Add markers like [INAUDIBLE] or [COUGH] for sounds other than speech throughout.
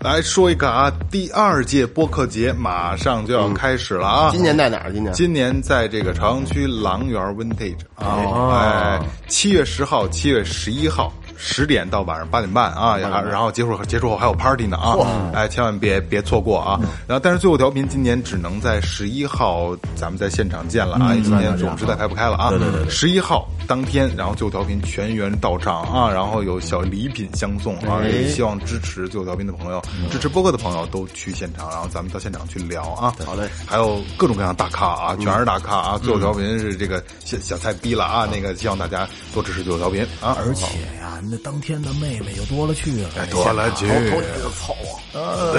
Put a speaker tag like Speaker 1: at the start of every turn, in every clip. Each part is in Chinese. Speaker 1: 来说一个啊，第二届播客节马上就要开始了啊！
Speaker 2: [LAUGHS] 今年在哪儿？今年
Speaker 1: 今年在这个朝阳区郎园 Vintage 啊，哎，七月十号、七月十一号，十点到晚上八点半啊，然后结束结束后还有 party 呢啊，哎，千万别别错过啊！然后，但是最后调频今年只能在十一号咱们在现场见了啊，因为今年总实在开不开了啊，对对对，十一号当天，然后最后调频全员到场啊，然后有小礼品相送啊，也希望支持最后调频的朋友，
Speaker 2: 嗯
Speaker 1: 支持播客的朋友都去现场，然后咱们到现场去聊啊。
Speaker 2: 好嘞，嗯
Speaker 1: 还有各种各样的大咖啊，全是大咖啊。最后调频是这个小小菜逼了
Speaker 2: 嗯
Speaker 1: 啊，那个希望大家多支持最后调频啊。哎
Speaker 3: 而且呀，那当天的妹妹就多了去了，
Speaker 1: 多了去，
Speaker 2: 头顶就操啊！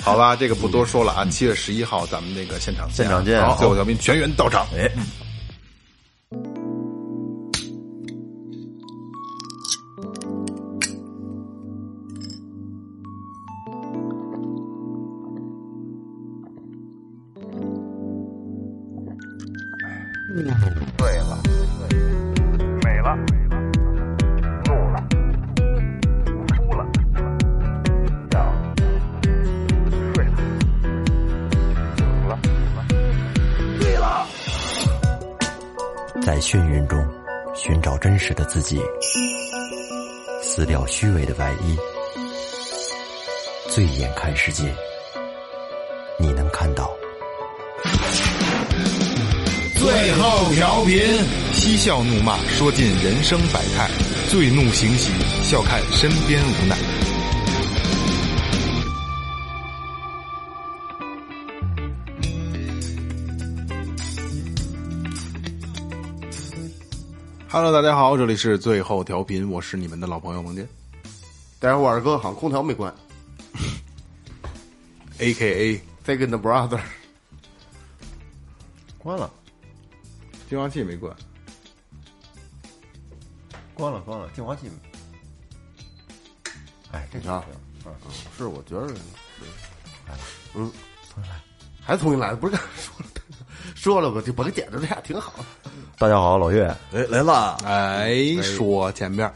Speaker 1: [LAUGHS] 好吧，这个不多说了啊。七月十一号咱们那个现场
Speaker 2: 现场见啊
Speaker 1: 好最后调频全员到场。
Speaker 3: 哎，
Speaker 4: 醉了，美了，怒了，哭了，笑了，睡了，醒了。
Speaker 5: 在眩晕中寻找真实的自己，撕掉虚伪的外衣，醉眼看世界，你能看到。
Speaker 1: 最后调频，嬉笑怒骂，说尽人生百态；醉怒行喜，笑看身边无奈。Hello，大家好，这里是最后调频，我是你们的老朋友蒙坚
Speaker 2: 待会儿我二哥好像空调没关
Speaker 1: ，A K A
Speaker 2: ，Second Brother，
Speaker 6: 关了，
Speaker 1: 净化器没关，
Speaker 6: 关了，关了，净化器。哎，这
Speaker 2: 啊，是我觉得是，
Speaker 1: 哎
Speaker 2: 嗯，还重新来，不是刚才说了， [LAUGHS] 说了吧，就把它剪掉，这样挺好。
Speaker 6: 大家好，老岳，
Speaker 3: 哎来了，
Speaker 1: 哎，说前面，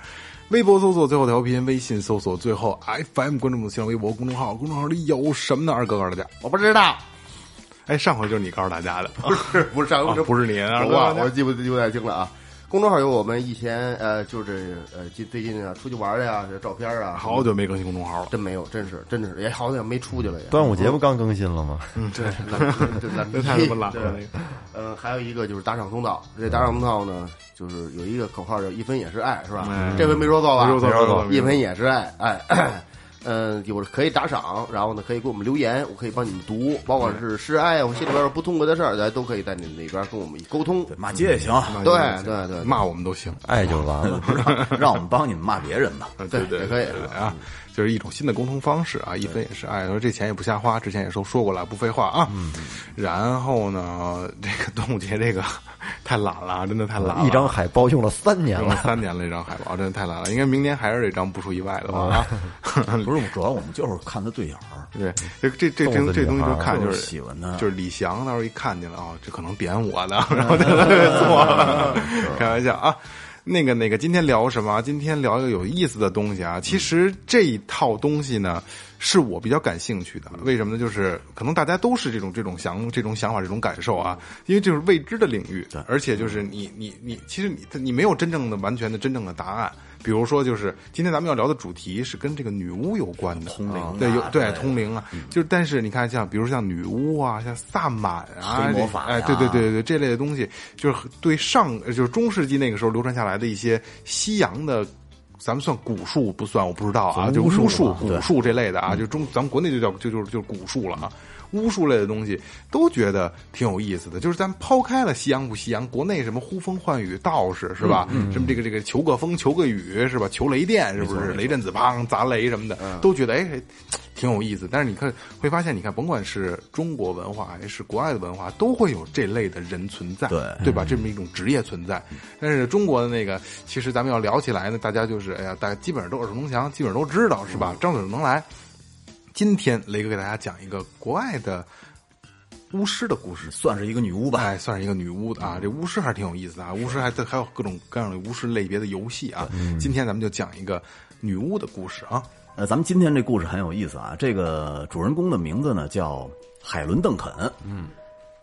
Speaker 1: 微博搜索最后调频，微信搜索最后 FM，关注我们新浪微博公众号，公众号里有什么呢？二哥告诉大家，
Speaker 2: 我不知道，
Speaker 1: 哎，上回就是你告诉大家的，
Speaker 2: 不是不是上回
Speaker 1: 啊啊不是你二哥
Speaker 2: 我我记不记不太清了啊。公众号有我们以前呃，就是呃，最最近啊出去玩的呀，这照片啊，
Speaker 1: 好久没更新公众号了，
Speaker 2: 真没有，真是真是也好像没出去了也。
Speaker 6: 端午节不刚更新了吗？
Speaker 2: [LAUGHS] 嗯对，懒
Speaker 1: 这太他妈懒了那个
Speaker 2: 嗯，还有一个就是打赏通道，这打赏通道呢，就是有一个口号叫“一分也是爱”，是吧？这回没说错吧？
Speaker 1: 没说错没说错
Speaker 2: 嗯一分也是爱， [COUGHS] 哎。嗯，有可以打赏，然后呢，可以给我们留言，我可以帮你们读，包括是示爱，我心里边有不痛快的事儿，大家都可以在你们那边跟我们沟通。
Speaker 3: 对嗯骂街也行， [LAUGHS]
Speaker 2: 对对对，
Speaker 1: 骂我们都行，
Speaker 6: 爱哎就完 [LAUGHS] 了。
Speaker 3: 让我们帮你们骂别人吧。
Speaker 1: 对
Speaker 2: 对
Speaker 1: 对
Speaker 2: 可以
Speaker 1: 对啊，就是一种新的沟通方式啊，一分也是爱，说这钱也不瞎花，之前也说说过了，不废话啊。然后呢，这个端午节这个 [LAUGHS] 太懒了，真的太懒了，
Speaker 6: 一张海报用了三年
Speaker 1: 用了
Speaker 6: 了，
Speaker 1: 三年了，这张海报真的太懒了，应该明年还是这张，不出意外的话啊。
Speaker 3: 不是，主要我们就是看他对眼儿，
Speaker 1: 对，这这这
Speaker 6: 动
Speaker 1: 这
Speaker 6: 的
Speaker 1: 这
Speaker 6: 女
Speaker 1: 东西就
Speaker 6: 孩
Speaker 1: 看
Speaker 6: 儿
Speaker 1: 就
Speaker 3: 就是是喜欢嗯她
Speaker 1: 就是李翔到时候一看见了啊、这可能贬我呢， [LAUGHS] 然后就做了，
Speaker 3: 嗯
Speaker 1: [LAUGHS] 开玩笑啊。那个那个，今天聊什么啊？今天聊一个有意思的东西啊。其
Speaker 3: 嗯
Speaker 1: 实这一套东西呢，是我比较感兴趣
Speaker 3: 嗯
Speaker 1: 的。为什么呢？就是可能大家都是这种这种想这种想法、这种感受啊，因为这是未知的领域，而且就是
Speaker 3: 嗯
Speaker 1: 你你你，其实你你没有真正的完全的真正的答案。比如说，就是今天咱们要聊的主题是跟这个女巫有关的，
Speaker 3: 通灵啊
Speaker 1: 对，有
Speaker 3: 之
Speaker 1: 对
Speaker 3: 类的
Speaker 1: 通灵啊，
Speaker 3: 嗯
Speaker 1: 就是但是你看像比如像女巫啊，像萨满啊，
Speaker 3: 黑魔
Speaker 1: 这
Speaker 3: 法
Speaker 1: 哎，
Speaker 3: 呀
Speaker 1: 对对对对对，这类的东西就是很对上呃就是中世纪那个时候流传下来的一些西洋的。咱们算古术不算，我不知道啊，
Speaker 3: 算
Speaker 1: 就
Speaker 3: 巫术
Speaker 1: 巫术、
Speaker 3: 吧对
Speaker 1: 古术这类的啊，就中咱们国内就叫就就是就是古术了啊，巫术类的东西都觉得挺有意思的。就是咱们抛开了西洋不西洋，国内什么呼风唤雨道士是吧？什么这个这个求个风求个雨是吧？求雷电是不是？雷震子砰砸雷什么的，都觉得哎哎挺有意思。但是你看会发现，你看甭管是中国文化还是国外的文化，都会有这类的人存在，
Speaker 3: 对
Speaker 1: 对吧？这么一种职业存在。但是中国的那个，其实咱们要聊起来呢，大家就是哎呀，大家基本上都耳熟能详，基本上都知道是吧？张嘴就能来。今天雷哥给大家讲一个国外的巫师的故事。
Speaker 3: 算是一个女巫吧。
Speaker 1: 哎，算是一个女巫的啊，这巫师还是挺有意思的啊。巫师还还嗯有各种各样的巫师类别的游戏啊。今天咱们就讲一个女巫的故事啊。
Speaker 3: 呃，咱们今天这故事很有意思啊。这个主人公的名字呢叫海伦·邓肯，嗯，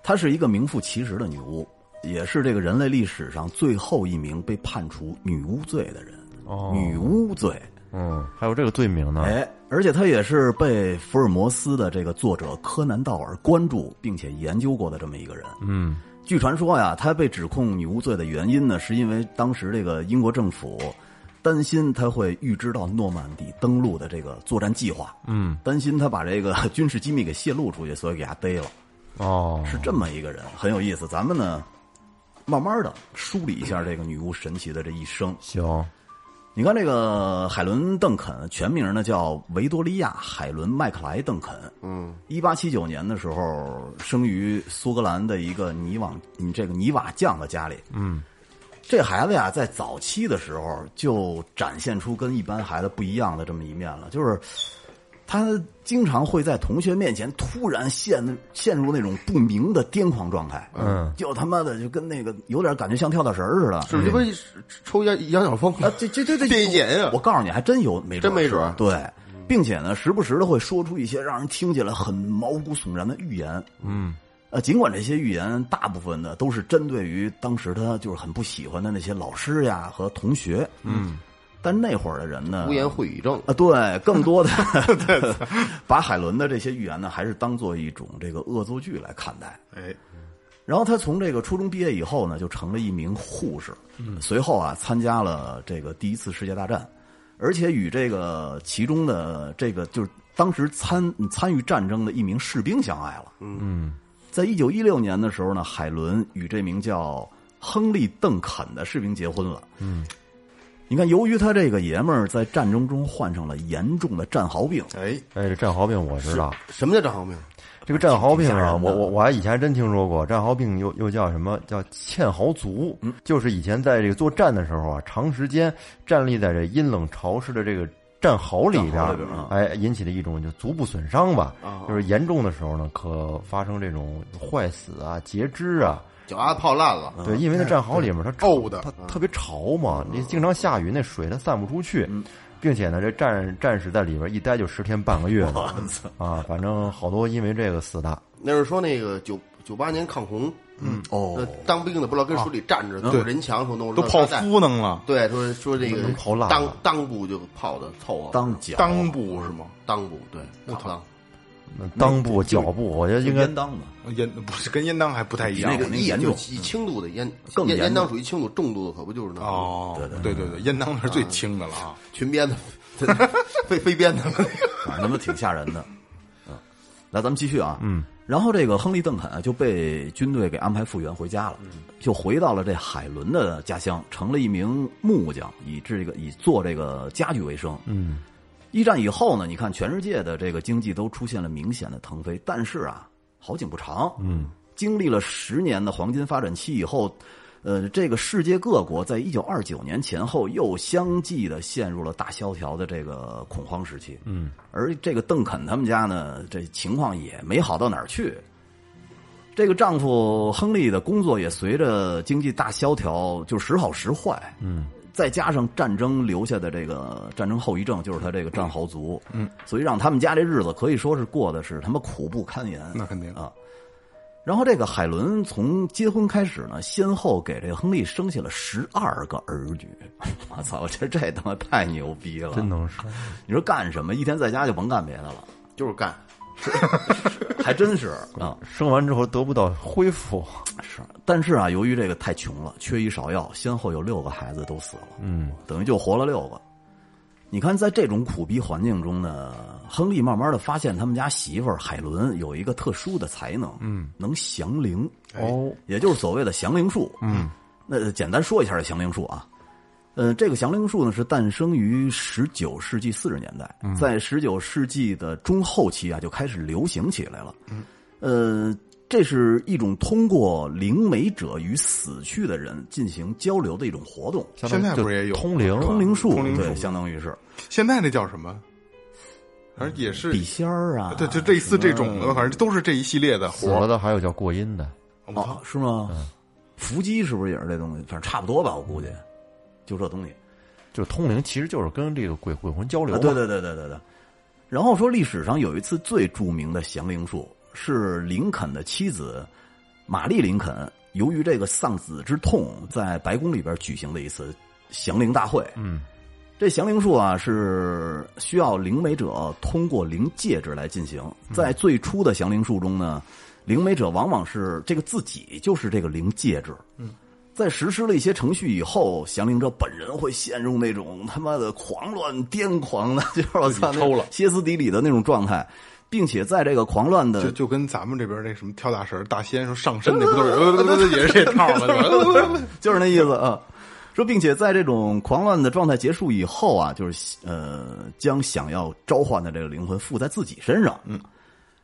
Speaker 3: 她是一个名副其实的女巫，也是这个人类历史上最后一名被判处女巫罪的人。
Speaker 6: 哦
Speaker 3: 女巫罪，
Speaker 6: 嗯，还有这个罪名呢，
Speaker 3: 哎，而且她也是被福尔摩斯的这个作者柯南·道尔关注并且研究过的这么一个人。
Speaker 6: 嗯，
Speaker 3: 据传说呀，她被指控女巫罪的原因呢，是因为当时这个英国政府担心她会预知到诺曼底登陆的这个作战计划，
Speaker 6: 嗯，
Speaker 3: 担心她把这个军事机密给泄露出去，所以给她逮了，
Speaker 6: 哦，
Speaker 3: 是这么一个人，很有意思。咱们呢，慢慢的梳理一下这个女巫神奇的这一生。
Speaker 6: 行，
Speaker 3: 你看这个海伦·邓肯，全名呢叫维多利亚·海伦·麦克莱·邓肯。嗯，一八七九年的时候，生于苏格兰的一个泥瓦嗯这个泥瓦匠的家里。嗯，这孩子呀，在早期的时候就展现出跟一般孩子不一样的这么一面了，就是他经常会在同学面前突然陷陷入那种不明的癫狂状态。嗯，就他妈的就跟那个有点感觉像跳大神儿似的。
Speaker 2: 是这不是抽杨杨晓峰
Speaker 3: 啊，这这这这
Speaker 2: 电音啊
Speaker 3: 我告诉你，还真有，没准儿
Speaker 2: 真没准儿嗯
Speaker 3: 对，并且呢，时不时的会说出一些让人听起来很毛骨悚然的预言。嗯，呃，尽管这些预言大部分呢都是针对于当时他就是很不喜欢的那些老师呀和同学。嗯，但那会儿的人呢，
Speaker 2: 污言秽语症，
Speaker 3: 啊，对，更多的 [LAUGHS] 把海伦的这些预言呢，还是当做一种这个恶作剧来看待。
Speaker 1: 哎，
Speaker 3: 然后他从这个初中毕业以后呢，就成了一名护士。随后啊，参加了这个第一次世界大战，而且与这个其中的这个就是当时参参与战争的一名士兵相爱了。
Speaker 6: 嗯，
Speaker 3: 在一九一六年的时候呢，海伦与这名叫亨利·邓肯的士兵结婚了。嗯，你看，由于他这个爷们儿在战争中患上了严重的战壕病，
Speaker 1: 哎，
Speaker 6: 哎，这战壕病我知道，
Speaker 2: 什么叫张浩明？
Speaker 6: 这个战壕病啊，
Speaker 3: 挺挺吓人的
Speaker 6: 我我我还以前还真听说过，战壕病又又叫什么叫堑壕族，
Speaker 3: 嗯
Speaker 6: 就是以前在这个作战的时候啊，长时间站立在这阴冷潮湿的这个战壕里边
Speaker 3: 战壕
Speaker 6: 儿
Speaker 3: 里边儿啊，
Speaker 6: 哎，引起的一种就足部损伤吧
Speaker 2: 啊，
Speaker 6: 就是严重的时候呢，可发生这种坏死啊、截肢啊。
Speaker 2: 脚丫子泡烂
Speaker 3: 啊
Speaker 2: 了，
Speaker 6: 对，因为那战壕里面它
Speaker 1: 沤的
Speaker 6: 它特别潮嘛，你经常下雨，那水它散不出去，
Speaker 3: 嗯
Speaker 6: 并且呢，这战战士在里边一待就十天半个月的啊，反正好多因为这个死的。
Speaker 2: 那是说那个九九八年抗洪，嗯，
Speaker 3: 哦
Speaker 2: 当兵的不知道跟水里站着，
Speaker 1: 啊对
Speaker 2: 都人墙说弄
Speaker 1: 都泡芙弄了，
Speaker 2: 对，说说这个
Speaker 6: 能泡烂
Speaker 2: 当
Speaker 6: 了
Speaker 2: 当部就泡的凑合，
Speaker 3: 当脚
Speaker 1: 裆部是吗？
Speaker 2: 当部对，我操，
Speaker 6: 那嗯裆部、脚部，我觉得应该
Speaker 3: 应当嘛，
Speaker 1: 哦烟不是跟烟裆还不太一样
Speaker 2: 那个
Speaker 3: 肯定
Speaker 2: 一眼
Speaker 3: 严
Speaker 2: 就
Speaker 3: 重
Speaker 2: 一轻度的烟，
Speaker 3: 嗯更
Speaker 2: 烟
Speaker 3: 严
Speaker 2: 烟
Speaker 3: 重
Speaker 2: 当属于轻度，重度的可不就是那种
Speaker 1: 哦，对对对，烟裆是最轻的了啊。
Speaker 2: 裙边的，飞飞边的，
Speaker 3: 反正他啊妈挺吓人的。嗯，来，咱们继续啊。嗯。然后这个亨利·邓肯啊就被军队给安排复员回家了，就回到了这海伦的家乡，成了一名木匠，以这个以做这个家具为生。嗯。一战以后呢，你看全世界的这个经济都出现了明显的腾飞，但是啊，好景不长。嗯。经历了十年的黄金发展期以后，呃，这个世界各国在一九二九年前后又相继的陷入了大萧条的这个恐慌时期。嗯，而这个邓肯他们家呢，这情况也没好到哪儿去。这个丈夫亨利的工作也随着经济大萧条就时好时坏。嗯。再加上战争留下的这个战争后遗症，就是他这个战壕族，嗯，所以让他们家这日子可以说是过的是他妈苦不堪言。
Speaker 1: 那肯定
Speaker 3: 啊，然后这个海伦从结婚开始呢，先后给这个亨利生下了十二个儿女。 [LAUGHS] 我操，我觉得这他妈太牛逼了！
Speaker 6: 真，能说，
Speaker 3: 你说干什么？一天在家就甭干别的了，
Speaker 2: 就是干。
Speaker 3: [LAUGHS] 还真是啊。
Speaker 6: 生完之后得不到恢复，
Speaker 3: 是，但是啊，由于这个太穷了，缺医少药，先后有六个孩子都死了，嗯，等于就活了六个。你看，在这种苦逼环境中呢，亨利慢慢的发现他们家媳妇儿海伦有一个特殊的才能，嗯，能降灵，
Speaker 6: 哦，
Speaker 3: 也就是所谓的降灵术，嗯，那简单说一下这降灵术啊。呃，这个降灵术呢是诞生于十九世纪四十年代，在十九世纪的中后期啊就开始流行起来了。呃，这是一种通过灵媒者与死去的人进行交流的一种活动，
Speaker 6: 相当于
Speaker 1: 现在不是也有
Speaker 6: 就通灵？
Speaker 1: 是吧
Speaker 3: 通灵术，
Speaker 1: 哦通灵术
Speaker 3: 对，相当于是
Speaker 1: 现在那叫什么？反正也是
Speaker 3: 笔仙儿啊，
Speaker 1: 对，就类似这种
Speaker 3: 什
Speaker 1: 的，
Speaker 3: 么
Speaker 1: 反正都是这一系列的
Speaker 6: 死
Speaker 1: 活
Speaker 6: 了
Speaker 1: 儿。
Speaker 6: 的还有叫过阴的，
Speaker 1: 我
Speaker 3: 哦
Speaker 1: 操，，
Speaker 3: 是
Speaker 1: 嗯
Speaker 3: 吗？伏击是不是也是这东西？反正差不多吧，我估计就这东西。
Speaker 6: 就通灵其实就是跟这个鬼鬼魂交流
Speaker 3: 啊
Speaker 6: 嘛。
Speaker 3: 对对对对对对。然后说历史上有一次最著名的降灵术是林肯的妻子玛丽林肯，由于这个丧子之痛，在白宫里边举行的一次降灵大会。
Speaker 6: 嗯，
Speaker 3: 这降灵术啊是需要灵媒者通过灵介质来进行。
Speaker 1: 嗯
Speaker 3: 在最初的降灵术中呢，灵媒者往往是这个自己就是这个灵介质。嗯，在实施了一些程序以后，降灵者本人会陷入那种他妈的狂乱、癫狂的， [LAUGHS] 就是我操，
Speaker 1: 抽了
Speaker 3: 那歇斯底里的那种状态，并且在这个狂乱的
Speaker 1: 就就跟咱们这边那什么跳大神、大仙说上身那不都是呃呃呃也是这套
Speaker 3: 嗯
Speaker 1: 吗？
Speaker 3: [LAUGHS] 就是那意思啊。说，并且在这种狂乱的状态结束以后啊，就是呃，将想要召唤的这个灵魂附在自己身上，嗯，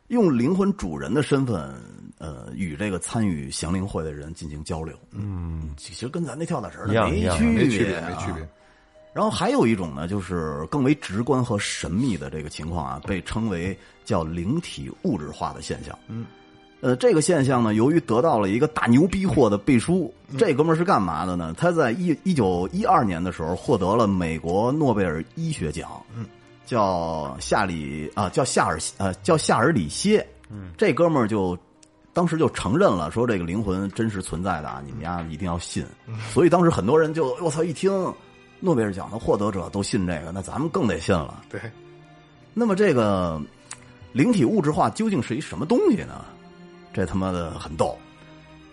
Speaker 3: 用灵魂主人的身份，呃，与这个参与降灵会的人进行交流，嗯，其实跟咱那跳大神的
Speaker 6: 一样
Speaker 3: 没
Speaker 6: 一样
Speaker 3: 区
Speaker 1: 没
Speaker 3: 别，
Speaker 1: 区别，没区别。。
Speaker 3: 然后还有一种呢，就是更为直观和神秘的这个情况啊，被称为叫灵体物质化的现象。嗯，呃，这个现象呢，由于得到了一个大牛逼货的背书，这哥们儿是干嘛的呢？他在一一九一二年的时候获得了美国诺贝尔医学奖。嗯，叫夏里啊，叫夏尔呃，叫夏尔里歇。嗯，这哥们儿就当时就承认了，说这个灵魂真实存在的啊，你们家一定要信。所以当时很多人就我操一听诺贝尔奖的获得者都信这个，那咱们更得信了。
Speaker 1: 对，
Speaker 3: 那么这个灵体物质化究竟是一什么东西呢？这他妈的很逗。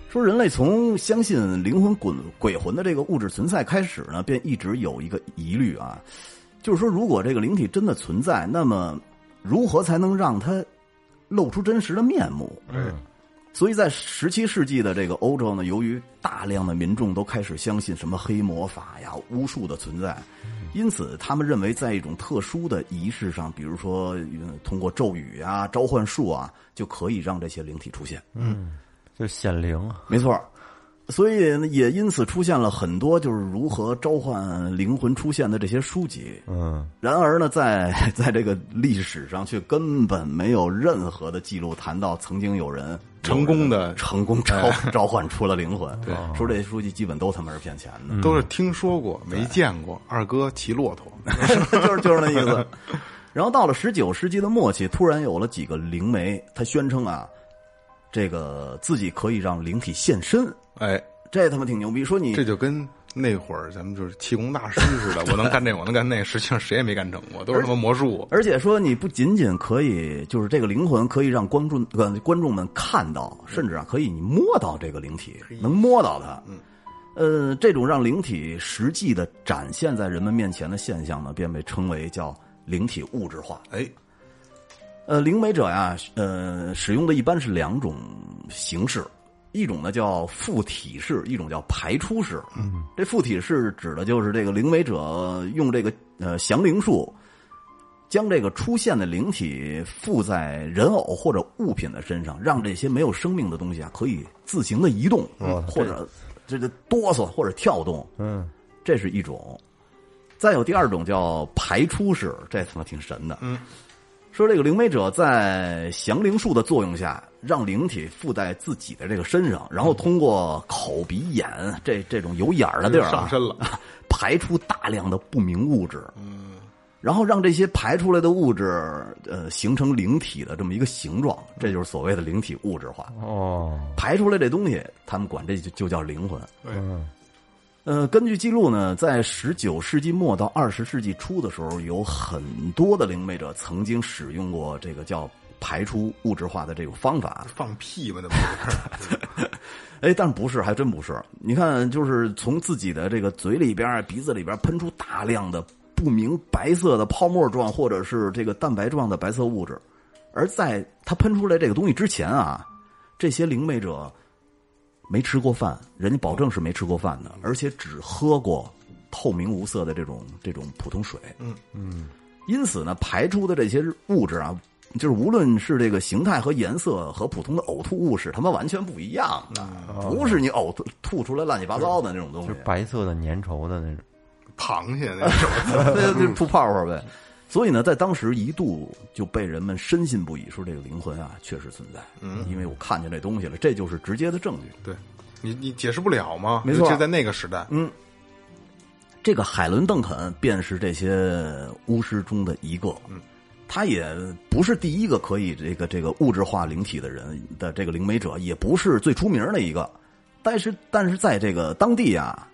Speaker 3: 说人类从相信灵魂滚鬼魂的这个物质存在开始呢，便一直有一个疑虑啊，就是说如果这个灵体真的存在，那么如何才能让它露出真实的面目？
Speaker 1: 哎，
Speaker 3: 所以在十七世纪的这个欧洲呢，由于大量的民众都开始相信什么黑魔法呀、巫术的存在，因此他们认为在一种特殊的仪式上，比如说、嗯通过咒语啊、召唤术啊，就可以让这些灵体出现。
Speaker 6: 就显灵啊。
Speaker 3: 没错儿，所以呢也因此出现了很多就是如何召唤灵魂出现的这些书籍。
Speaker 6: 嗯，
Speaker 3: 然而呢，在在这个历史上却根本没有任何的记录谈到曾经有人
Speaker 1: 成功哎的
Speaker 3: 成功召召 [LAUGHS] 唤出了灵魂。对，说这些书籍基本都他妈是骗钱的，
Speaker 1: 都是听说过没见过。二哥骑骆
Speaker 3: [LAUGHS]
Speaker 1: 驼，
Speaker 3: 就是就是那意思。然后到了十九世纪的末期，突然有了几个灵媒，他宣称啊，这个自己可以让灵体现身，
Speaker 1: 哎，
Speaker 3: 这他妈挺牛逼。说你
Speaker 1: 这就跟那会儿咱们就是气功大师似的，我能干这，我能干那，实际上谁也没干成过，都是他妈魔术。
Speaker 3: 而且说你不仅仅可以，就是这个灵魂可以让观众呃观众们看到，甚至啊可以你摸到这个灵体，能摸到它。嗯，呃，这种让灵体实际的展现在人们面前的现象呢，便被称为叫灵体物质化。
Speaker 1: 哎，
Speaker 3: 呃，灵媒者呀，呃，使用的一般是两种形式，一种呢叫附体式，一种叫排出式。嗯，这附体式指的就是这个灵媒者用这个呃降灵术，将这个出现的灵体附在人偶或者物品的身上，让这些没有生命的东西啊可以自行的移动，嗯或者这个哆嗦或者跳动。
Speaker 6: 嗯，
Speaker 3: 这是一种。再有第二种叫排出式，这他妈挺神的。嗯，说这个灵媒者在降灵术的作用下，让灵体附在自己的这个身上，然后通过口、鼻、眼这这种有眼儿的地儿、啊、
Speaker 1: 上身了，
Speaker 3: 排出大量的不明物质。嗯，然后让这些排出来的物质，呃，形成灵体的这么一个形状，这就是所谓的灵体物质化。
Speaker 6: 哦，
Speaker 3: 排出来这东西，他们管这就就叫灵魂。
Speaker 1: 嗯
Speaker 3: 呃，根据记录呢，在十九世纪末到二十世纪初的时候，有很多的灵媒者曾经使用过这个叫排出物质化的这种方法。
Speaker 1: 放屁吧，那不是？
Speaker 3: 哎，但不是，还真不是。你看，就是从自己的这个嘴里边儿、鼻子里边儿喷出大量的不明白色的泡沫状或者是这个蛋白状的白色物质，而在它喷出来这个东西之前啊，这些灵媒者没吃过饭，人家保证是没吃过饭的，而且只喝过透明无色的这种这种普通水。嗯嗯，因此呢，排出的这些物质啊。就是无论是这个形态和颜色和普通的呕吐物是他妈完全不一样的，不是你呕吐吐出来乱七八糟的那种东西，
Speaker 6: 就是白色的粘稠的那种。
Speaker 1: 螃蟹那种。
Speaker 3: [LAUGHS] 对，就是吐泡泡呗。所以呢，在当时一度就被人们深信不疑，说这个灵魂啊确实存在。嗯，因为我看见这东西了，这就是直接的证据。
Speaker 1: 对，你你解释不了吗？
Speaker 3: 没错
Speaker 1: 尤其在那个时代，
Speaker 3: 嗯，这个海伦·邓肯便是这些巫师中的一个。嗯，他也不是第一个可以这个这个物质化灵体的人的这个灵媒者，也不是最出名的一个。但是，但是在这个当地啊，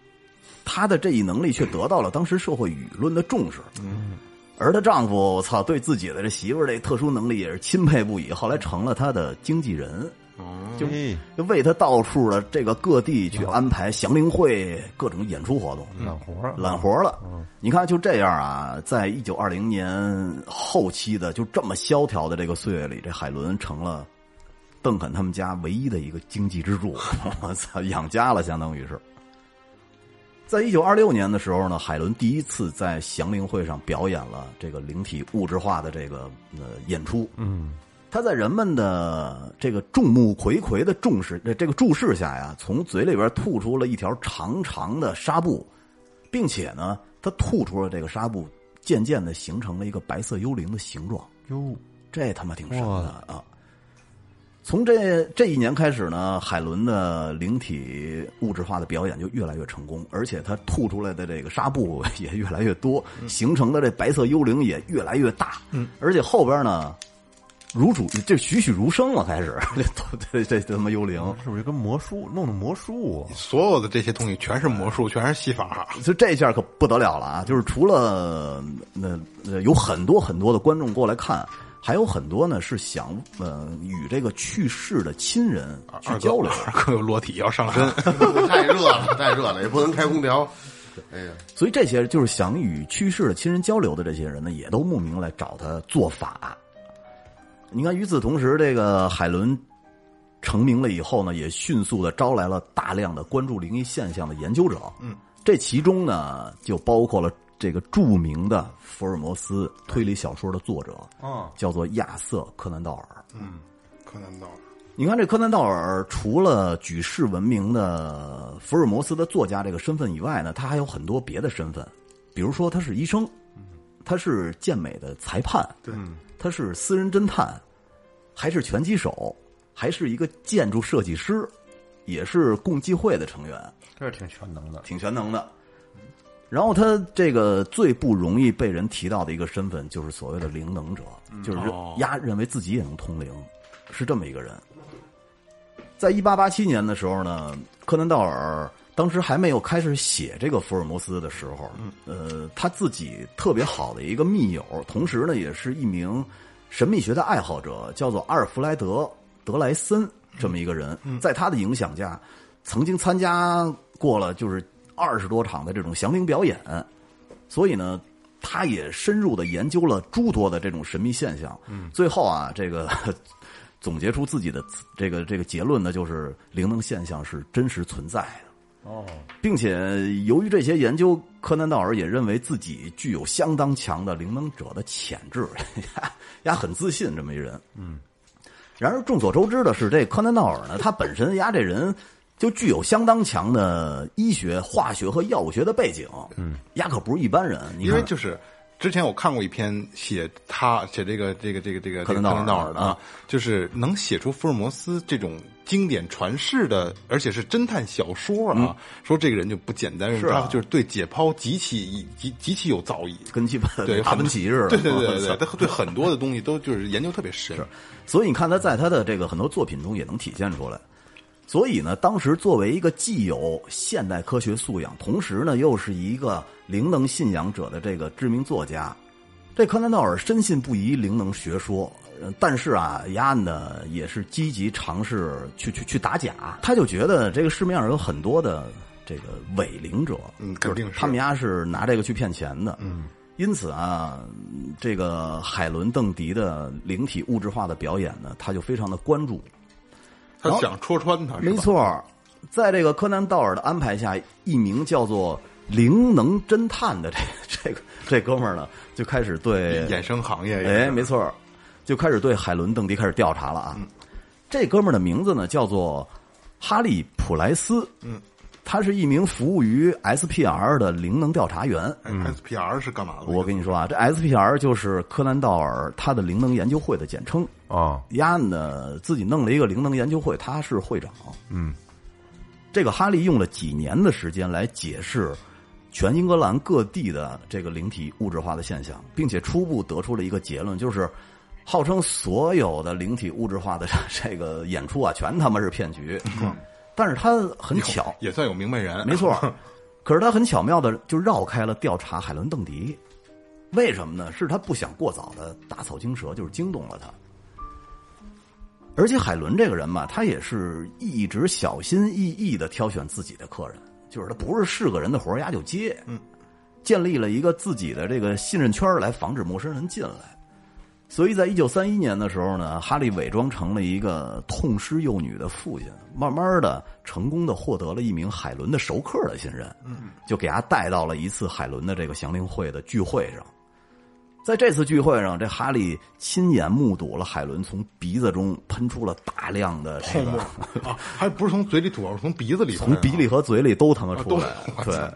Speaker 3: 他的这一能力却得到了当时社会舆论的重视。嗯，而她丈夫，我操，对自己的这媳妇儿这特殊能力也是钦佩不已，后来成了她的经纪人。
Speaker 6: 就
Speaker 3: 就为他到处的这个各地去安排祥林会各种演出活动，
Speaker 6: 揽活儿啊嗯
Speaker 3: 揽活儿了。你看，就这样啊，在一九二零年后期的就这么萧条的这个岁月里，这海伦成了邓肯他们家唯一的一个经
Speaker 6: [LAUGHS]
Speaker 3: 济支柱。我操，养家了，相当于是。在一九二六年的时候呢，海伦第一次在祥林会上表演了这个灵体物质化的这个呃演出。
Speaker 6: 嗯，
Speaker 3: 他在人们的这个众目睽睽的重视、呃这个注视下呀，从嘴里边吐出了一条长长的纱布，并且呢，他吐出了这个纱布，渐渐的形成了一个白色幽灵的形状。
Speaker 6: 哟，
Speaker 3: 这他妈挺神的啊！从这这一年开始呢，海伦的灵体物质化的表演就越来越成功，而且她吐出来的这个纱布也 [LAUGHS] 越来越多，形成的这白色幽灵也越来越大。嗯，而且后边呢，如主这栩栩如生了，开始 [LAUGHS] 这这这他妈幽灵，
Speaker 6: 是不是跟魔术弄的魔术啊？
Speaker 1: 所有的这些东西全是魔术，全是戏法。
Speaker 3: 就这下可不得了了啊！就是除了那、呃、有很多很多的观众过来看，还有很多呢是想呃与这个去世的亲人 [LAUGHS] 去
Speaker 1: 二哥啊
Speaker 3: 交流。
Speaker 1: 二哥有裸体要上 [LAUGHS] 身，
Speaker 2: 太热了，太热了，也不能开空调。哎呀，
Speaker 3: 所以这些就是想与去世的亲人交流的这些人呢，也都慕名来找他做法。你看，与此同时，这个海伦成名了以后呢，也迅速的招来了大量的关注灵异现象的研究者。嗯，这其中呢，就包括了这个著名的福尔摩斯推理小说的作者，
Speaker 6: 嗯，
Speaker 3: 叫做亚瑟·柯南道尔。
Speaker 1: 柯南道尔
Speaker 3: 你看，这柯南道尔除了举世闻名的福尔摩斯的作家这个身份以外呢，他还有很多别的身份，比如说他是医生，他是健美的裁判，对，他是私人侦探，还是拳击手，还是一个建筑设计师，也是共济会的成员，
Speaker 6: 这是挺全能的。
Speaker 3: 挺全能的。然后他这个最不容易被人提到的一个身份，就是所谓的灵能者，就是压认为自己也能通灵，是这么一个人。在一八八七年的时候呢，柯南道尔当时还没有开始写这个福尔摩斯的时候，呃，他自己特别好的一个密友，同时呢也是一名神秘学的爱好者，叫做阿尔弗莱德·德莱森这么一个人，在他的影响下，曾经参加过了就是二十多场的这种祥林表演，所以呢，他也深入的研究了诸多的这种神秘现象。嗯，最后啊，这个 [LAUGHS] 总结出自己的这个这个结论呢，就是灵能现象是真实存在的。
Speaker 6: 哦，
Speaker 3: 并且由于这些研究，柯南道尔也认为自己具有相当强的灵能者的潜质， [LAUGHS] 丫很自信这么一人。嗯。然而众所周知的是，这柯南道尔呢，他本身丫这人就具有相当强的医学、化学和药物学的背景。嗯，丫可不是一般人，你
Speaker 1: 因为
Speaker 3: 看
Speaker 1: 就是之前我看过一篇写他写这个这个这个这个
Speaker 3: 柯南道
Speaker 1: 道
Speaker 3: 尔
Speaker 1: 尔的
Speaker 3: 啊，
Speaker 1: 就是能写出福尔摩斯这种经典传世的，而且是侦探小说啊，说这个人就不简单，
Speaker 3: 嗯是啊
Speaker 1: 他就是对解剖极其极极其有造诣。
Speaker 3: 跟基本
Speaker 1: 对，
Speaker 3: 达
Speaker 1: 很
Speaker 3: 芬奇似的。
Speaker 1: 对对
Speaker 3: [LAUGHS]
Speaker 1: 对对对，他对很多的东西都就是研究特别深。
Speaker 3: 所以你看他在他的这个很多作品中也能体现出来。所以呢，当时作为一个既有现代科学素养，同时呢又是一个灵能信仰者的这个知名作家，这柯南道尔深信不疑灵能学说。呃但是啊，亚安呢也是积极尝试去去去打假，他就觉得这个市面上有很多的这个伪灵者，
Speaker 1: 嗯肯定是
Speaker 3: 他们家是拿这个去骗钱的。嗯，因此啊，嗯这个海伦·邓迪的灵体物质化的表演呢，他就非常的关注。
Speaker 1: 他想戳穿他，是吧
Speaker 3: 没，错，在这个柯南·道尔的安排下，一名叫做灵能侦探的这 [LAUGHS] 这个这哥们儿呢，就开始对
Speaker 1: 衍生行业也
Speaker 3: 哎，
Speaker 1: 是
Speaker 3: 没错儿，就开始对海伦·邓迪开始调查了啊。
Speaker 1: 嗯
Speaker 3: 这哥们儿的名字呢叫做哈利·普莱斯，嗯，他是一名服务于 SPR 的灵能调查员。
Speaker 1: 哎 SPR 是干嘛的？
Speaker 3: 嗯我跟你说啊，这 SPR 就是柯南·道尔他的灵能研究会的简称。
Speaker 6: 啊，
Speaker 3: 丫呢自己弄了一个灵能研究会，他是会长。
Speaker 6: 嗯，
Speaker 3: 这个哈利用了几年的时间来解释全英格兰各地的这个灵体物质化的现象，并且初步得出了一个结论，就是号称所有的灵体物质化的这个演出啊，全他妈是骗局。但是他很巧，
Speaker 1: 也算有明白人，
Speaker 3: 没错儿。可是他很巧妙的就绕开了调查海伦·邓迪，为什么呢？是他不想过早的打草惊蛇，就是惊动了他。而且海伦这个人嘛，他也是一直小心翼翼的挑选自己的客人，就是他不是是个人的活儿，丫就接。嗯，建立了一个自己的这个信任圈儿来防止陌生人进来。所以在一九三一年的时候呢，哈利伪装成了一个痛失幼女的父亲，慢慢的成功的获得了一名海伦的熟客的信任，就给他带到了一次海伦的这个祥林会的聚会上。在这次聚会上，这哈利亲眼目睹了海伦从鼻子中喷出了大量的这
Speaker 1: 泡沫
Speaker 3: 个
Speaker 1: 啊，还不是从嘴里吐，是从鼻子里吐，
Speaker 3: [LAUGHS] 从鼻里和嘴里都他妈
Speaker 1: 啊
Speaker 3: 出
Speaker 1: 都
Speaker 3: 来，对，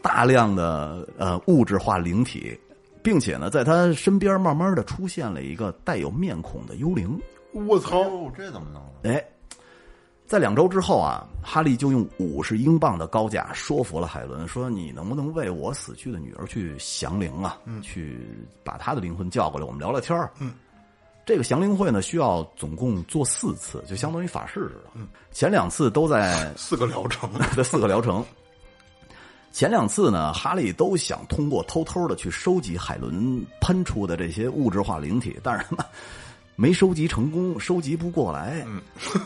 Speaker 3: 大量的呃物质化灵体，并且呢，在他身边慢慢的出现了一个带有面孔的幽灵。
Speaker 1: 我操！
Speaker 6: 哦，这怎么弄啊？
Speaker 3: 哎，在两周之后啊，哈利就用五十英镑的高价说服了海伦，说你能不能为我死去的女儿去降灵啊？去把她的灵魂叫过来，我们聊聊天儿。嗯。这个降灵会呢，需要总共做四次，就相当于法事似的。前两次都在
Speaker 1: 四个疗
Speaker 3: [LAUGHS]
Speaker 1: 程，
Speaker 3: 这四个疗程。前两次呢，哈利都想通过偷偷的去收集海伦喷出的这些物质化灵体，但是他妈没收集成功，收集不过来。嗯。 [LAUGHS]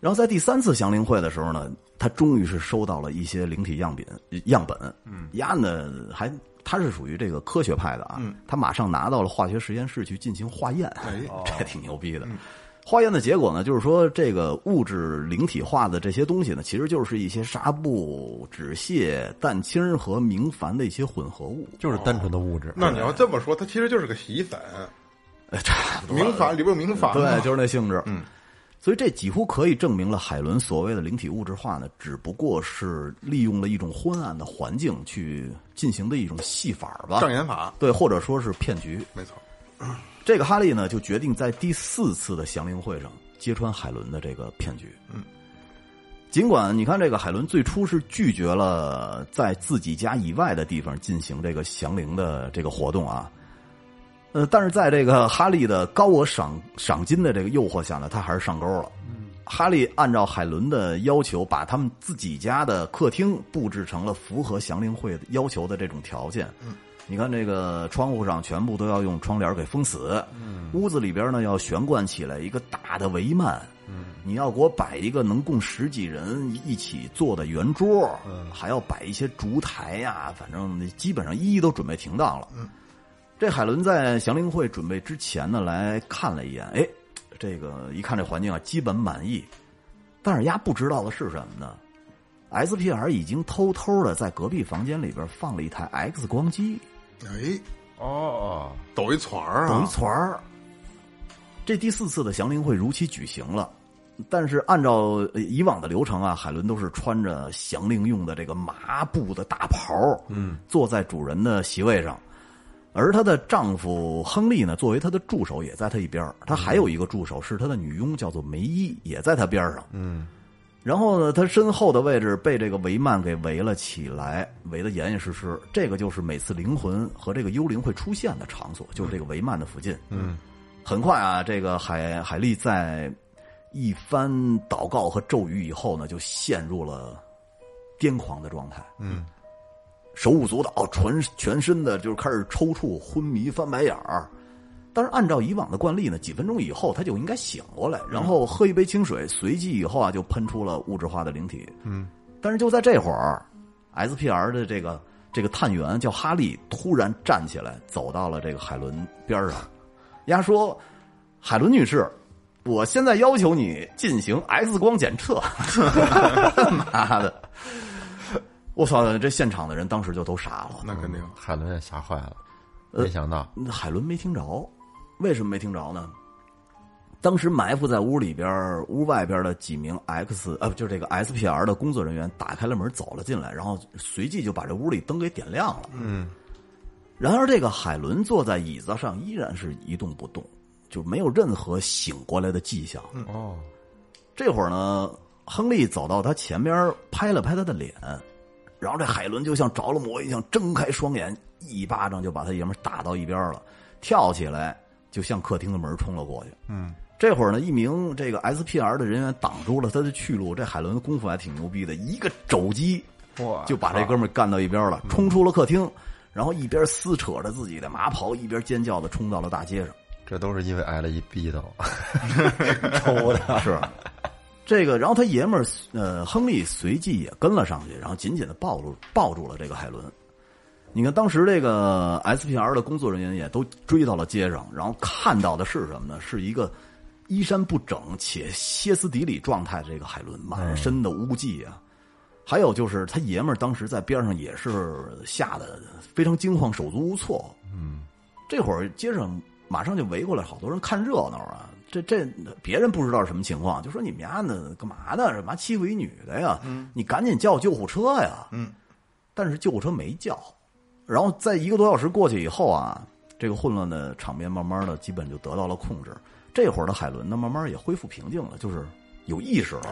Speaker 3: 然后在第三次降灵会的时候呢，他终于是收到了一些灵体样品样本。嗯，丫呢还他是属于这个科学派的啊，他马上拿到了化学实验室去进行化验， [LAUGHS] 这挺牛逼的。化验的结果呢，就是说这个物质灵体化的这些东西呢，其实就是一些纱布、纸屑、蛋清儿和明矾的一些混合物，
Speaker 6: 就是单纯的物质。
Speaker 1: 那你要这么说，它其实就是个洗衣粉，
Speaker 3: 哎差不多
Speaker 1: 民法里边有民法嘛
Speaker 3: 对，就是那性质。嗯，所以这几乎可以证明了海伦所谓的灵体物质化呢，只不过是利用了一种昏暗的环境去进行的一种戏法儿吧，
Speaker 1: 障眼法，
Speaker 3: 对，或者说是骗局。
Speaker 1: 没错。
Speaker 3: 这个哈利呢，就决定在第四次的降临会上揭穿海伦的这个骗局。嗯，尽管你看这个海伦最初是拒绝了在自己家以外的地方进行这个降临的这个活动啊，呃，但是在这个哈利的高额赏赏金的这个诱惑下呢，他还是上钩了。哈利按照海伦的要求，把他们自己家的客厅布置成了符合祥林会要求的这种条件。你看这个窗户上全部都要用窗帘给封死，屋子里边呢要悬挂起来一个大的帷幔，你要给我摆一个能供十几人一起坐的圆桌，还要摆一些烛台呀、反正基本上一一都准备停当了。这海伦在祥林会准备之前呢，来看了一眼，哎，这个一看这环境啊，基本满意。但是丫不知道的是什么呢？SPR 已经偷偷的在隔壁房间里边放了一台 X 光机，
Speaker 1: 哎，
Speaker 6: 哦哦，
Speaker 1: 抖一团儿
Speaker 3: 抖一
Speaker 1: 啊，
Speaker 3: 撮儿。这第四次的祥林会如期举行了，但是按照呃以往的流程啊，海伦都是穿着祥令用的这个麻布的大袍，嗯，坐在主人的席位上。而她的丈夫亨利呢，作为她的助手，也在她一边儿。她还有一个助手是她的女佣，叫做梅伊，也在她边儿上。嗯，然后呢，她身后的位置被这个帷幔给围了起来，围得严严实实。这个就是每次灵魂和这个幽灵会出现的场所，就是这个帷幔的附近。嗯，很快啊，这个海海丽在一番祷告和咒语以后呢，就陷入了癫狂的状态。嗯，手舞足蹈，全全身的就是开始抽搐、昏迷、翻白眼儿。但是按照以往的惯例呢，几分钟以后他就应该醒过来，然后喝一杯清水，随即以后啊就喷出了物质化的灵体。嗯，但是就在这会儿，SPR 的这个这个探员叫哈利，突然站起来，走到了这个海伦边儿上，丫说：“海伦女士，我现在要求你进行 X 光检测。” [LAUGHS] 妈的！我操！这现场的人当时就都傻了。
Speaker 1: 那肯定。
Speaker 6: 嗯海伦也吓坏了，没想到
Speaker 3: 那海伦没听着，为什么没听着呢？当时埋伏在屋里边儿、屋外边儿的几名 X 呃，不就是这个 SPR 的工作人员打开了门走了进来，然后随即就把这屋里灯给点亮了。嗯。然而，这个海伦坐在椅子上依然是一动不动，就没有任何醒过来的迹象。
Speaker 6: 哦，
Speaker 3: 这会儿呢，亨利走到他前边儿拍了拍他的脸，然后这海伦就像着了魔一样，睁开双眼，一巴掌就把他爷们儿打到一边了，跳起来就向客厅的门冲了过去。
Speaker 6: 嗯，
Speaker 3: 这会儿呢，一名这个 SPR 的人员挡住了他的去路。这海伦的功夫还挺牛逼的，一个肘击
Speaker 6: 哇嗯
Speaker 3: 就把这哥们儿干到一边了，冲出了客厅，然后一边撕扯着自己的麻袍，一边尖叫的冲到了大街上。
Speaker 6: 这都是因为挨了一逼斗，
Speaker 3: 抽的是。这个，然后他爷们儿，呃，亨利随即也跟了上去，然后紧紧的抱住抱住了这个海伦。你看，当时这个 SPR 的工作人员也都追到了街上，然后看到的是什么呢？是一个衣衫不整且歇斯底里状态的这个海伦，满身的污迹啊。还有就是他爷们儿当时在边上也是吓得非常惊慌、手足无措。这会儿街上马上就围过来好多人看热闹啊。这这别人不知道是什么情况，就说你们家呢干嘛呢？干嘛欺负一女的呀？你赶紧叫救护车呀！
Speaker 1: 嗯，
Speaker 3: 但是救护车没叫。然后在一个多小时过去以后啊，这个混乱的场面慢慢的基本就得到了控制。这会儿的海伦呢，慢慢也恢复平静了，就是有意识了。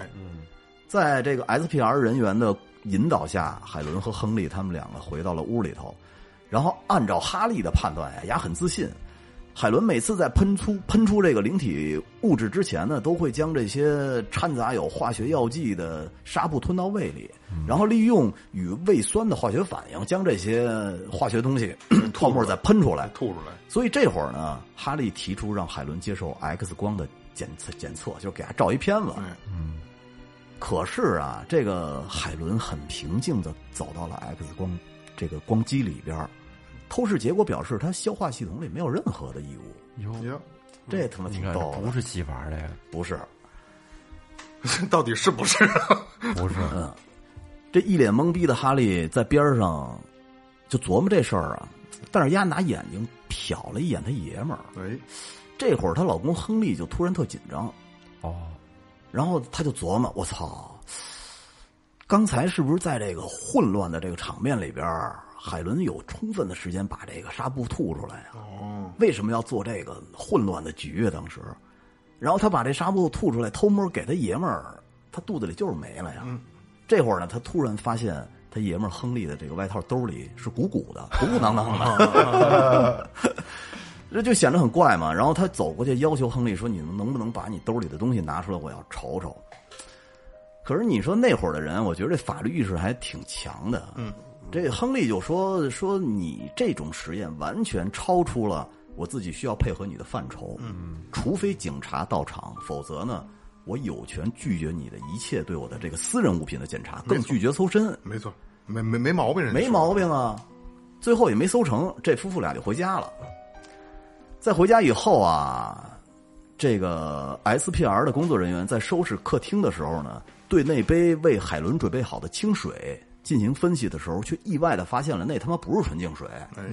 Speaker 3: 在这个 SPR 人员的引导下，海伦和亨利他们两个回到了屋里头，然后按照哈利的判断呀，也很自信。海伦每次在喷出喷出这个灵体物质之前呢，都会将这些掺杂有化学药剂的纱布吞到胃里，然后利用与胃酸的化学反应，将这些化学东西泡沫再喷出来。
Speaker 1: 吐出来，
Speaker 3: 所以这会儿呢，哈利提出让海伦接受 X 光的检测检测，就是给他照一片子。
Speaker 1: 哎
Speaker 3: 可是啊，这个海伦很平静的走到了 X 光这个光机里边儿，透视结果表示他消化系统里没有任何的异物，
Speaker 1: 哟，
Speaker 3: 这他妈挺
Speaker 6: 你看这
Speaker 3: 逗的，
Speaker 6: 不嗯是戏法这个，
Speaker 3: 不是，
Speaker 1: 到底是不是？ [LAUGHS]
Speaker 6: 不是，
Speaker 3: 这一脸懵逼的哈利在边上就琢磨这事儿啊，但是丫拿眼睛瞟了一眼他爷们儿，
Speaker 1: 哎，
Speaker 3: 这会儿她老公亨利就突然特紧张，
Speaker 6: 哦，
Speaker 3: 然后他就琢磨：“我操，刚才是不是在这个混乱的这个场面里边儿，海伦有充分的时间把这个纱布吐出来啊？为什么要做这个混乱的局啊？当时，然后他把这纱布吐出来，偷摸给他爷们儿，他肚子里就是没了呀。这会儿呢，他突然发现他爷们儿亨利的这个外套兜里是鼓鼓的，鼓鼓囊囊的。”这就显得很怪嘛。然后他走过去要求亨利说：“你能不能把你兜里的东西拿出来，我要瞅瞅。”可是你说那会儿的人，我觉得这法律意识还挺强的。嗯，这亨利就说说你这种实验完全超出了我自己需要配合你的范畴。嗯，除非警察到场，否则呢，我有权拒绝你的一切对我的这个私人物品的检查，更拒绝搜身。
Speaker 1: 没错，没没没毛病，人家
Speaker 3: [LAUGHS] 没
Speaker 1: 说
Speaker 3: 毛病啊。最后也没搜成，这夫妇俩就回家了。在回家以后啊，这个 SPR 的工作人员在收拾客厅的时候呢，对那杯为海伦准备好的清水进行分析的时候，却意外的发现了那他妈不是纯净水，
Speaker 1: 哎，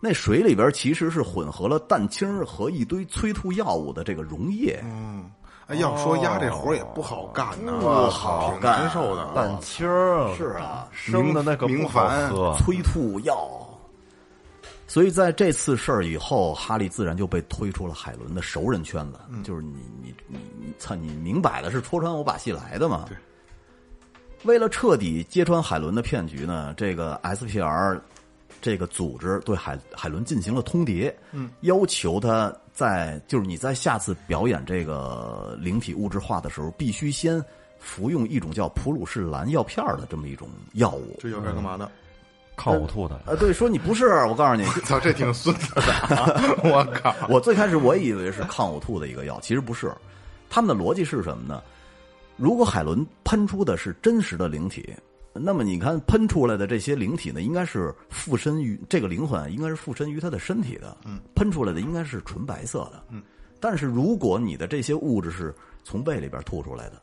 Speaker 3: 那水里边其实是混合了蛋清和一堆催吐药物的这个溶液。
Speaker 1: 嗯，哎，要说压这活儿也不好干呐，
Speaker 3: 哦不好
Speaker 1: 挺
Speaker 3: 干啊
Speaker 1: 难受的。啊
Speaker 6: 蛋清儿
Speaker 3: 是啊，
Speaker 6: 啊生的那个不好喝，
Speaker 3: 催吐药。所以在这次事儿以后，哈利自然就被推出了海伦的熟人圈子，就是你你你你操，你明摆的是戳穿我把戏来的嘛。
Speaker 1: 对。
Speaker 3: 为了彻底揭穿海伦的骗局呢，这个 SPR 这个组织对海海伦进行了通牒，嗯，要求他在就是你在下次表演这个灵体物质化的时候，必须先服用一种叫普鲁士蓝药片儿的这么一种药物。
Speaker 1: 这要干干嘛的？
Speaker 6: 靠呕吐的，
Speaker 3: 啊，对，说你不是，我告诉你，
Speaker 1: 操，这挺孙子的，我靠！
Speaker 3: 我最开始我也以为是抗呕吐的一个药，其实不是。他们的逻辑是什么呢？如果海伦喷出的是真实的灵体，那么你看喷出来的这些灵体呢，应该是附身于这个灵魂，啊应该是附身于他的身体的。嗯，喷出来的应该是纯白色的。嗯，但是如果你的这些物质是从胃里边吐出来的，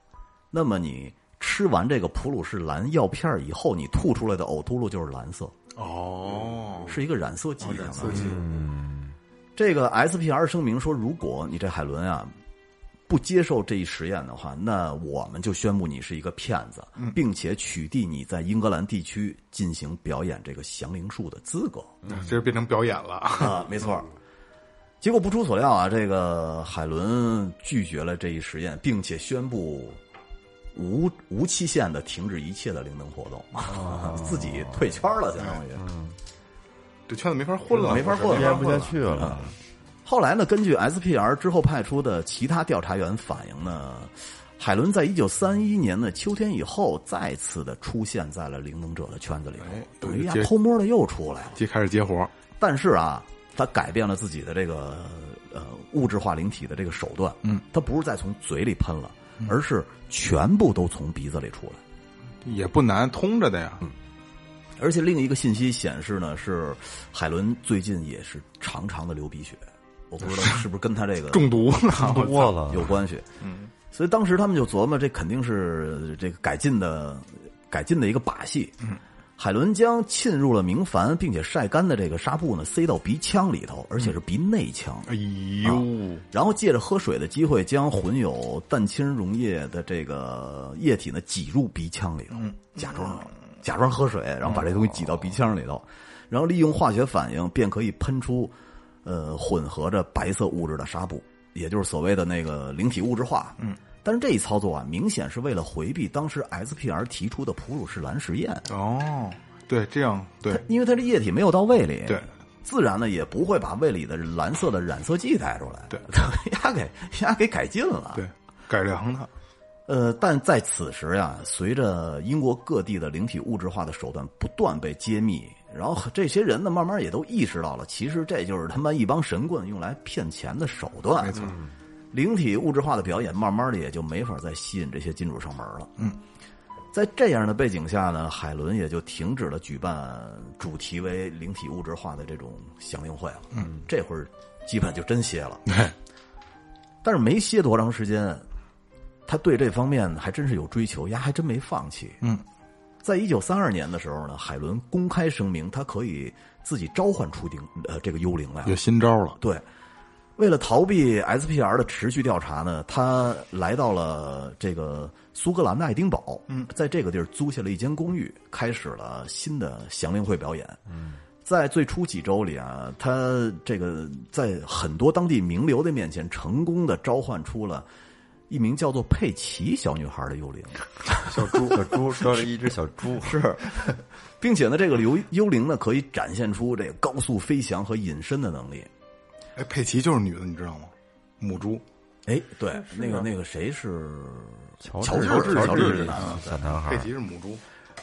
Speaker 3: 那么你吃完这个普鲁士蓝药片儿以后，你吐出来的呕吐物就是蓝色，
Speaker 1: 哦，
Speaker 3: 嗯是一嗯个染色剂、
Speaker 1: 哦染色剂
Speaker 3: 这个 SPR 声明说，如果你这海伦啊不接受这一实验的话，那我们就宣布你是一个骗子，并且取缔你在英格兰地区进行表演这个降灵术的资格。
Speaker 1: 嗯这是变成表演
Speaker 3: [LAUGHS]
Speaker 1: 了。
Speaker 3: 啊，没错儿。结果不出所料啊，这个海伦拒绝了这一实验，并且宣布无无期限的停止一切的灵灯活动， [LAUGHS] 自己退圈了，相当于。
Speaker 1: 这圈子没法混了，
Speaker 3: 没法混了
Speaker 1: 没
Speaker 6: 编不下去了。
Speaker 3: 后来呢，根据 SPR 之后派出的其他调查员反映呢，海伦在一九三一年的秋天以后，再次的出现在了灵能者的圈子里头
Speaker 1: 哎，
Speaker 3: 等于呀
Speaker 1: 这
Speaker 3: 偷摸的又出来了。
Speaker 1: 就开始接活。
Speaker 3: 但是啊，他改变了自己的这个呃物质化灵体的这个手段，嗯，他不是再从嘴里喷了，而是全部都从鼻子里出来。
Speaker 1: 也不难，通着的呀。
Speaker 3: 而且另一个信息显示呢，是海伦最近也是常常的流鼻血，我不知道是不是跟他这个
Speaker 1: 中毒了，
Speaker 6: 多了，
Speaker 3: 有关系。
Speaker 1: 嗯，
Speaker 3: 所以当时他们就琢磨，这肯定是这个改进的改进的一个把戏。嗯，海伦将浸入了明矾并且晒干的这个纱布呢塞到鼻腔里头，而且是鼻内腔，
Speaker 1: [LAUGHS] 哎呦，
Speaker 3: 啊然后借着喝水的机会，将混有蛋清溶液的这个液体呢挤入鼻腔里头，
Speaker 1: 嗯
Speaker 3: 假装假装喝水，然后把这东西挤到鼻腔里头，
Speaker 1: 嗯
Speaker 3: 然后利用化学反应便可以喷出，呃，混合着白色物质的纱布，也就是所谓的那个灵体物质化。嗯，但是这一操作啊，明显是为了回避当时 SPR 提出的普鲁士蓝实验，
Speaker 1: 哦，对，这样对 [LAUGHS]
Speaker 3: 它因为它这液体没有到胃里，
Speaker 1: 对，
Speaker 3: 自然呢也不会把胃里的蓝色的染色剂带出来，
Speaker 1: 对，
Speaker 3: [LAUGHS] 压给压给改进了，
Speaker 1: 对，改良它，
Speaker 3: 呃，但在此时呀，随着英国各地的灵体物质化的手段不断被揭秘，然后这些人呢，慢慢也都意识到了，其实这就是他妈一帮神棍用来骗钱的手段。嗯
Speaker 1: 没错，
Speaker 3: 灵体物质化的表演，慢慢的也就没法再吸引这些金主上门了。嗯，在这样的背景下呢，海伦也就停止了举办主题为灵体物质化的这种响应会了。嗯，这会儿基本就真歇了。但是没歇多长时间，他对这方面还真是有追求，丫还真没放弃。
Speaker 1: 嗯，
Speaker 3: 在一九三二年的时候呢，海伦公开声明，他可以自己召唤出灵呃这个幽灵来了
Speaker 1: 有。新招了，
Speaker 3: 对，为了逃避 SPR 的持续调查呢，他来到了这个苏格兰的爱丁堡，嗯，在这个地儿租下了一间公寓，开始了新的祥林会表演。嗯，在最初几周里啊，他这个在很多当地名流的面前，成功的召唤出了。一名叫做佩奇小女孩的幽 [LAUGHS] 灵，
Speaker 6: 小猪， [LAUGHS] 小猪，说是一只小猪， [LAUGHS] 是
Speaker 3: 并且呢，这个幽幽灵呢可以展现出这个高速飞翔和隐身的能力。
Speaker 1: 哎，佩奇就是女的，你知道吗？母猪，
Speaker 3: 哎，对，那个那个谁是
Speaker 6: 乔
Speaker 3: 乔
Speaker 6: 治，
Speaker 3: 治
Speaker 6: 治，
Speaker 3: 乔
Speaker 6: 乔
Speaker 3: 治
Speaker 6: 是
Speaker 3: 是
Speaker 6: 一
Speaker 3: 男的啊
Speaker 6: 小男孩
Speaker 1: 佩，奇是母猪，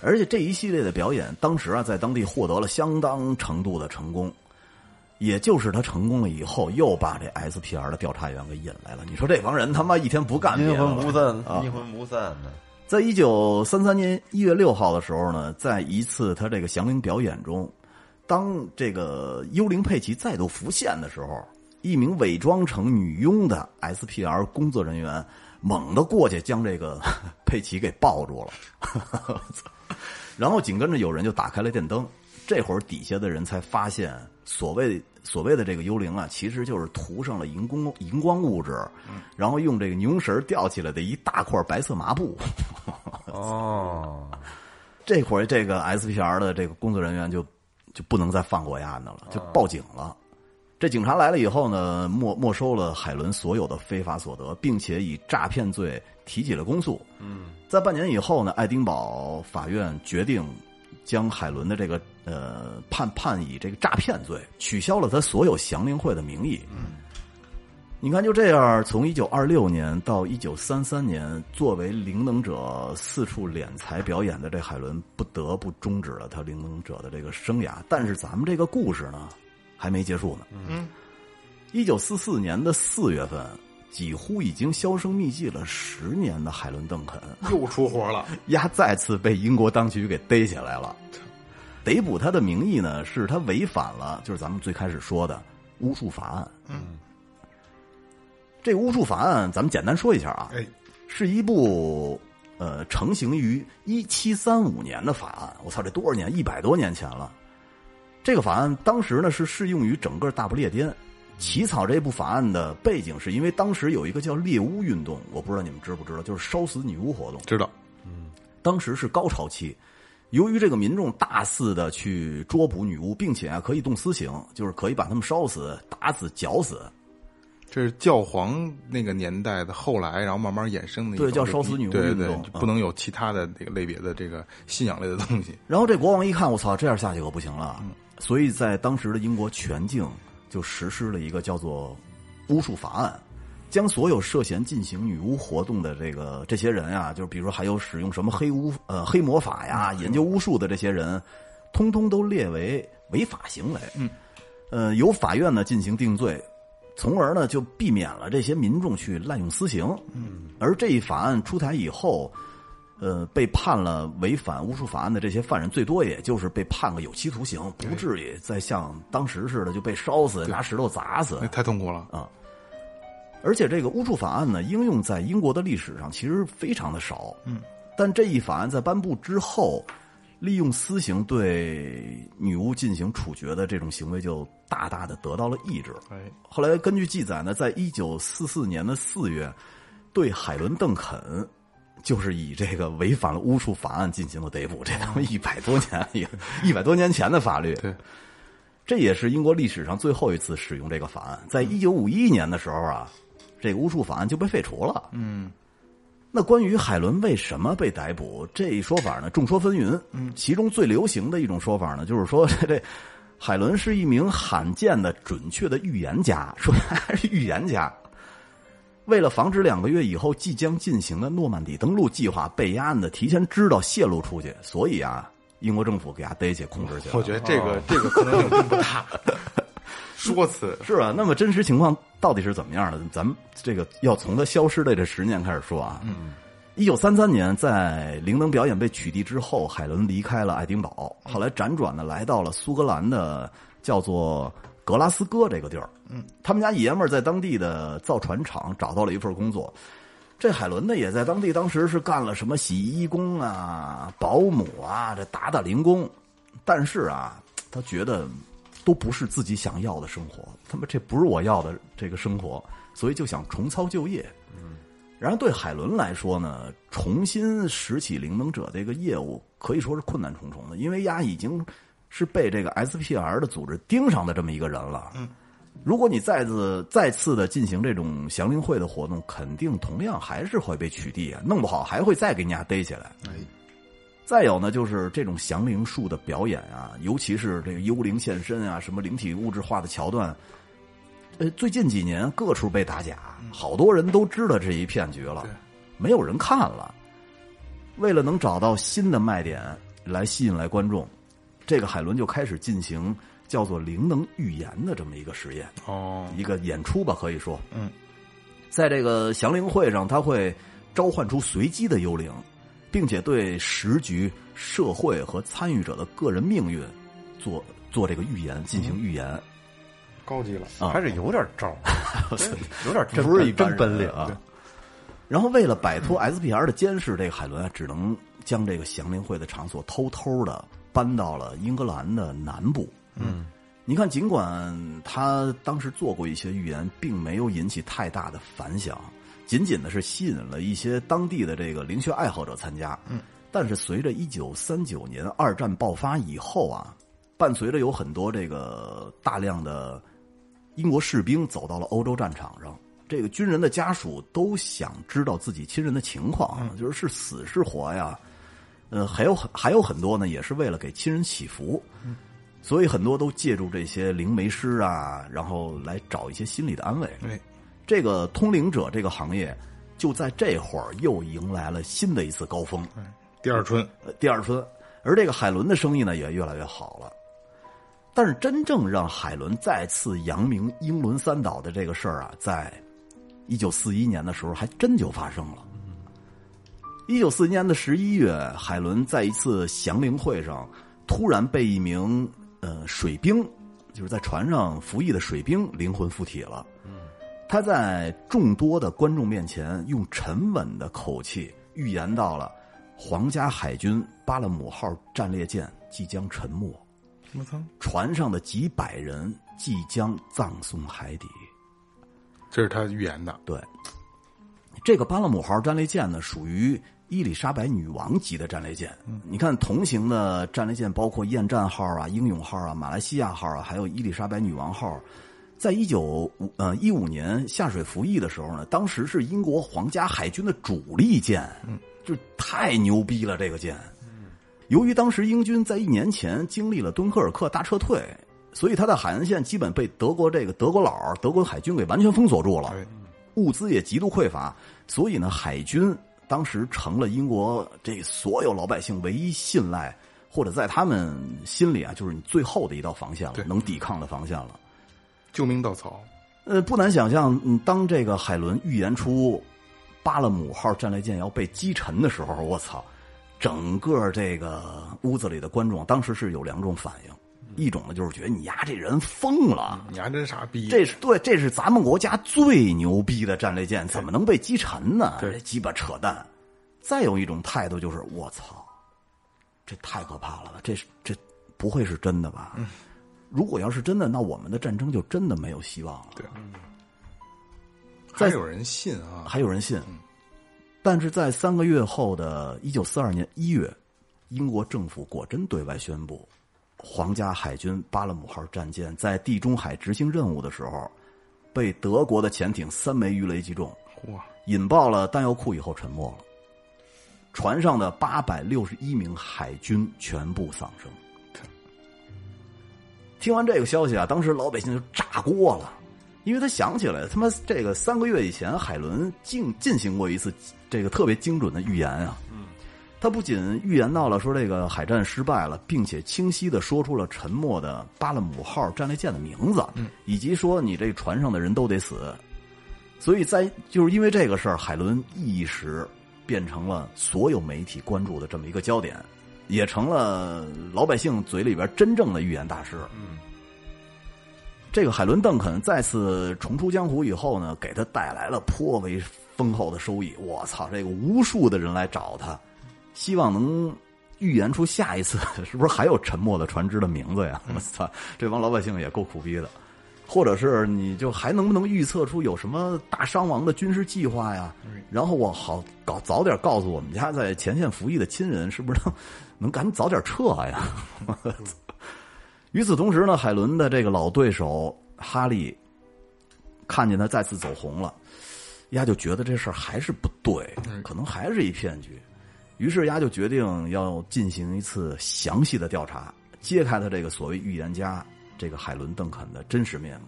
Speaker 3: 而且这一系列的表演，当时啊，在当地获得了相当程度的成功。也就是他成功了以后，又把这 SPR 的调查员给引来了。你说这帮人他妈一天不干别
Speaker 6: 阴
Speaker 3: 的
Speaker 6: 魂不
Speaker 3: 了。
Speaker 6: 散，阴魂不散的，
Speaker 3: 在一九三三年一月六号的时候呢，在一次他这个降灵表演中，当这个幽灵佩奇再度浮现的时候，一名伪装成女佣的 SPR 工作人员猛地过去将这个 [LAUGHS] 佩奇给抱住了。然后紧跟着有人就打开了电灯，这会儿底下的人才发现，所谓所谓的这个幽灵啊，其实就是涂上了荧光荧光物质，然后用这个牛绳吊起来的一大块白色麻布。
Speaker 6: 啊哦，
Speaker 3: 这会儿这个 SPR 的这个工作人员就就不能再放过丫的了，就报警了。这警察来了以后呢，没没收了海伦所有的非法所得，并且以诈骗罪提起了公诉。嗯，在半年以后呢，爱丁堡法院决定将海伦的这个呃判判以这个诈骗罪，取消了他所有祥林会的名义。嗯，你看就这样，从一九二六年到一九三三年，作为灵能者四处敛财表演的这海伦，不得不终止了他灵能者的这个生涯。但是咱们这个故事呢，还没结束呢。
Speaker 1: 嗯，
Speaker 3: 一九四四年的四月份，几乎已经销声匿迹了十年的海伦·邓肯，
Speaker 1: 又出活了，
Speaker 3: 丫再次被英国当局给逮起来了。逮捕他的名义呢，是他违反了，就是咱们最开始说的巫术法案。嗯，这巫术法案咱们简单说一下啊，
Speaker 1: [LAUGHS] 哎，
Speaker 3: 是一部呃成型于一七三五年的法案。我操，这多少年？一百多年前了。这个法案当时呢是适用于整个大不列颠。起草这部法案的背景是因为当时有一个叫猎巫运动，我不知道你们知不知道，就是烧死女巫活动。
Speaker 1: 知道，
Speaker 3: 当时是高潮期，由于这个民众大肆的去捉捕女巫，并且啊可以动私刑，就是可以把他们烧死、打死、绞死。
Speaker 1: 这是教皇那个年代的后来，然后慢慢衍生的一
Speaker 3: 对
Speaker 1: 种
Speaker 3: 叫烧死女巫
Speaker 1: 对对
Speaker 3: 运
Speaker 1: 对
Speaker 3: 动，嗯
Speaker 1: 就不能有其他的这个类别的这个信仰类的东西。
Speaker 3: 然后这国王一看，我操，这样下去可不行了，所以在当时的英国全境就实施了一个叫做巫术法案，将所有涉嫌进行女巫活动的这个这些人啊，就是比如说还有使用什么黑巫呃黑魔法呀、研究巫术的这些人，通通都列为违法行为。嗯，呃，由法院呢进行定罪，从而呢就避免了这些民众去滥用私刑。嗯，而这一法案出台以后。呃，被判了违反巫术法案的这些犯人，最多也就是被判个有期徒刑，不至于再像当时似的就被烧死、拿石头砸死
Speaker 1: 哎那。太痛苦了。
Speaker 3: 而且这个巫术法案呢，应用在英国的历史上其实非常的少。嗯，但这一法案在颁布之后，利用私刑对女巫进行处决的这种行为就大大的得到了抑制。
Speaker 1: 哎，
Speaker 3: 后来根据记载呢，在一九四四年的四月，对海伦·邓肯。就是以这个违反了巫术法案进行了逮捕，这他妈一百多年了也，一百多年前的法律。
Speaker 1: 对，
Speaker 3: 这也是英国历史上最后一次使用这个法案。在一九五一年的时候啊，这个巫术法案就被废除了。嗯，那关于海伦为什么被逮捕这一说法呢，众说纷纭。嗯，其中最流行的一种说法呢，就是说 [LAUGHS] 这这海伦是一名罕见的准确的预言家，说他是预言家。为了防止两个月以后即将进行的诺曼底登陆计划被压案的提前知道泄露出去，所以啊，英国政府给他逮起控制去了。
Speaker 1: 我觉得这个、这个可能性并不 [LAUGHS] 大。说辞
Speaker 3: 是啊，那么真实情况到底是怎么样的？咱们这个要从他消失的这十年开始说啊。嗯，一九三三年，在灵能表演被取缔之后，海伦离开了爱丁堡，后来辗转的来到了苏格兰的叫做格拉斯哥这个地儿。嗯，他们家爷们儿在当地的造船厂找到了一份工作。这海伦呢，也在当地当时是干了什么洗衣工啊、保姆啊，这打打零工。但是啊，他觉得都不是自己想要的生活，他妈这不是我要的这个生活，所以就想重操旧业。嗯，然而对海伦来说呢，重新拾起灵能者这个业务可以说是困难重重的，因为丫已经是被这个 SPR 的组织盯上的这么一个人了。嗯。如果你再次再次的进行这种祥林会的活动，肯定同样还是会被取缔啊，弄不好还会再给人家逮起来。再有呢，就是这种降灵术的表演啊，尤其是这个幽灵现身啊，什么灵体物质化的桥段，呃，最近几年各处被打假，好多人都知道这一骗局了，没有人看了。为了能找到新的卖点来吸引来观众，这个海伦就开始进行叫做灵能预言的这么一个实验。
Speaker 1: 哦，
Speaker 3: 一个演出吧，可以说，
Speaker 1: 嗯，
Speaker 3: 在这个降灵会上，他会召唤出随机的幽灵，并且对时局、社会和参与者的个人命运做做这个预言，进行预言。
Speaker 7: 高级了，
Speaker 1: 哦
Speaker 3: 啊
Speaker 6: 还是有点招儿，有点
Speaker 3: 这
Speaker 6: [LAUGHS] 真
Speaker 3: 不是一
Speaker 6: 真
Speaker 3: 般人
Speaker 6: 本领
Speaker 3: 啊！然后为了摆脱 SPR 的监视，这个海伦啊，只能将这个祥林会的场所偷偷的搬到了英格兰的南部。嗯，你看，尽管他当时做过一些预言，并没有引起太大的反响，仅仅的是吸引了一些当地的这个灵学爱好者参加。嗯，但是随着一九三九年二战爆发以后啊，伴随着有很多这个大量的英国士兵走到了欧洲战场上，这个军人的家属都想知道自己亲人的情况，啊就是是死是活呀。呃，还有很还有很多呢，也是为了给亲人祈福，所以很多都借助这些灵媒师啊，然后来找一些心理的安慰。
Speaker 1: 哎，
Speaker 3: 这个通灵者这个行业就在这会儿又迎来了新的一次高峰。
Speaker 1: 第二春
Speaker 3: 呃第二春，而这个海伦的生意呢也越来越好了。但是真正让海伦再次扬名英伦三岛的这个事儿啊，在一九四一年的时候还真就发生了。一九四一年的十一月，海伦在一次降灵会上突然被一名呃水兵，就是在船上服役的水兵灵魂附体了。他在众多的观众面前用沉稳的口气预言到了皇家海军巴勒姆号战列舰即将沉没，船上的几百人即将葬送海底。
Speaker 1: 这是他预言的，
Speaker 3: 对，这个巴勒姆号战列舰呢，属于伊丽莎白女王级的战列舰。你看，同行的战列舰包括厌战号啊、英勇号啊、马来西亚号啊，还有伊丽莎白女王号，在一九五呃一五年下水服役的时候呢，当时是英国皇家海军的主力舰，嗯，就太牛逼了这个舰。由于当时英军在一年前经历了敦刻尔克大撤退，所以它的海岸线基本被德国这个德国佬儿德国海军给完全封锁住
Speaker 1: 哦哎
Speaker 3: 了，物资也极度匮乏，所以呢，海军当时成了英国这所有老百姓唯一信赖，或者在他们心里啊，就是你最后的一道防线了，能抵抗的防线了。
Speaker 1: 救命稻草，
Speaker 3: 呃，不难想象，嗯，当这个海伦预言出巴勒姆号战列舰要被击沉的时候，我操，整个这个屋子里的观众当时是有两种反应，一种呢就是觉得你丫这人疯了，
Speaker 1: 你还真傻逼！
Speaker 3: 这是对，这是咱们国家最牛逼的战列舰，怎么能被击沉呢？
Speaker 1: 对
Speaker 3: 这鸡巴扯淡！再有一种态度就是，我操，这太可怕了吧？这是这不会是真的吧？
Speaker 1: 嗯
Speaker 3: 如果要是真的，那我们的战争就真的没有希望了。
Speaker 1: 对，还有人信啊？
Speaker 3: 还有人信。但是在三个月后的一九四二年一月，英国政府果真对外宣布，皇家海军巴勒姆号战舰在地中海执行任务的时候，被德国的潜艇三枚鱼雷击中，
Speaker 1: 哇，
Speaker 3: 引爆了弹药库以后沉没了。船上的八百六十一名海军全部丧生。听完这个消息啊，当时老百姓就炸锅了，因为他想起来他妈这个三个月以前海伦进进行过一次这个特别精准的预言啊。他不仅预言到了说这个海战失败了，并且清晰的说出了沉没的巴勒姆号战列舰的名字，以及说你这船上的人都得死。所以在就是因为这个事儿，海伦一时变成了所有媒体关注的这么一个焦点，也成了老百姓嘴里边真正的预言大师。嗯，这个海伦·邓肯再次重出江湖以后呢，给他带来了颇为丰厚的收益。我操，这个无数的人来找他，希望能预言出下一次 [LAUGHS] 是不是还有沉没的船只的名字呀？我操，这帮老百姓也够苦逼的。或者是你就还能不能预测出有什么大伤亡的军事计划呀？然后我好搞早点告诉我们家在前线服役的亲人，是不是能 [LAUGHS] 能赶紧早点撤呀？ [LAUGHS] 与此同时呢，海伦的这个老对手哈利看见他再次走红了，丫就觉得这事儿还是不对，可能还是一骗局。于是丫就决定要进行一次详细的调查，揭开他这个所谓预言家这个海伦·邓肯的真实面目。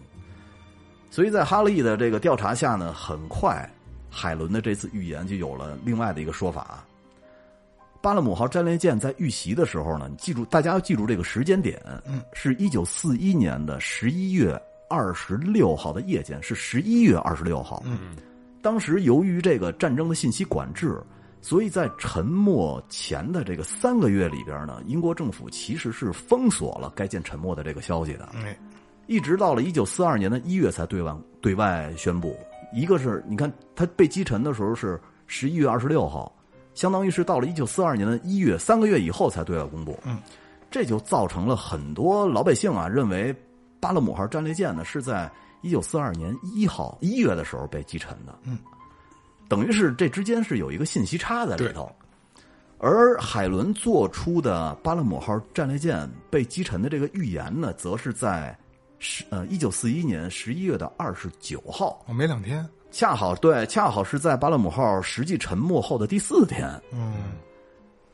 Speaker 3: 所以在哈利的这个调查下呢，很快海伦的这次预言就有了另外的一个说法啊。巴勒姆号战列舰在遇袭的时候呢，你记住，大家要记住这个时间点，是一九四一年的十一月二十六号的夜间，是十一月二十六号。嗯，当时由于这个战争的信息管制，所以在沉没前的这个三个月里边呢，英国政府其实是封锁了该舰沉没的这个消息的。
Speaker 1: 哎，
Speaker 3: 一直到了一九四二年的一月才对外对外宣布。一个是你看它被击沉的时候是十一月二十六号，相当于是到了一九四二年的一月三个月以后才对外公布。嗯，这就造成了很多老百姓啊认为巴勒姆号战列舰呢是在一九四二年一号一月的时候被击沉的。嗯，等于是这之间是有一个信息差在里头。而海伦做出的巴勒姆号战列舰被击沉的这个预言呢，则是在十呃一九四一年十一月的二十九号，
Speaker 1: 我没两天，
Speaker 3: 恰好对，恰好是在巴勒姆号实际沉没后的第四天。
Speaker 1: 嗯，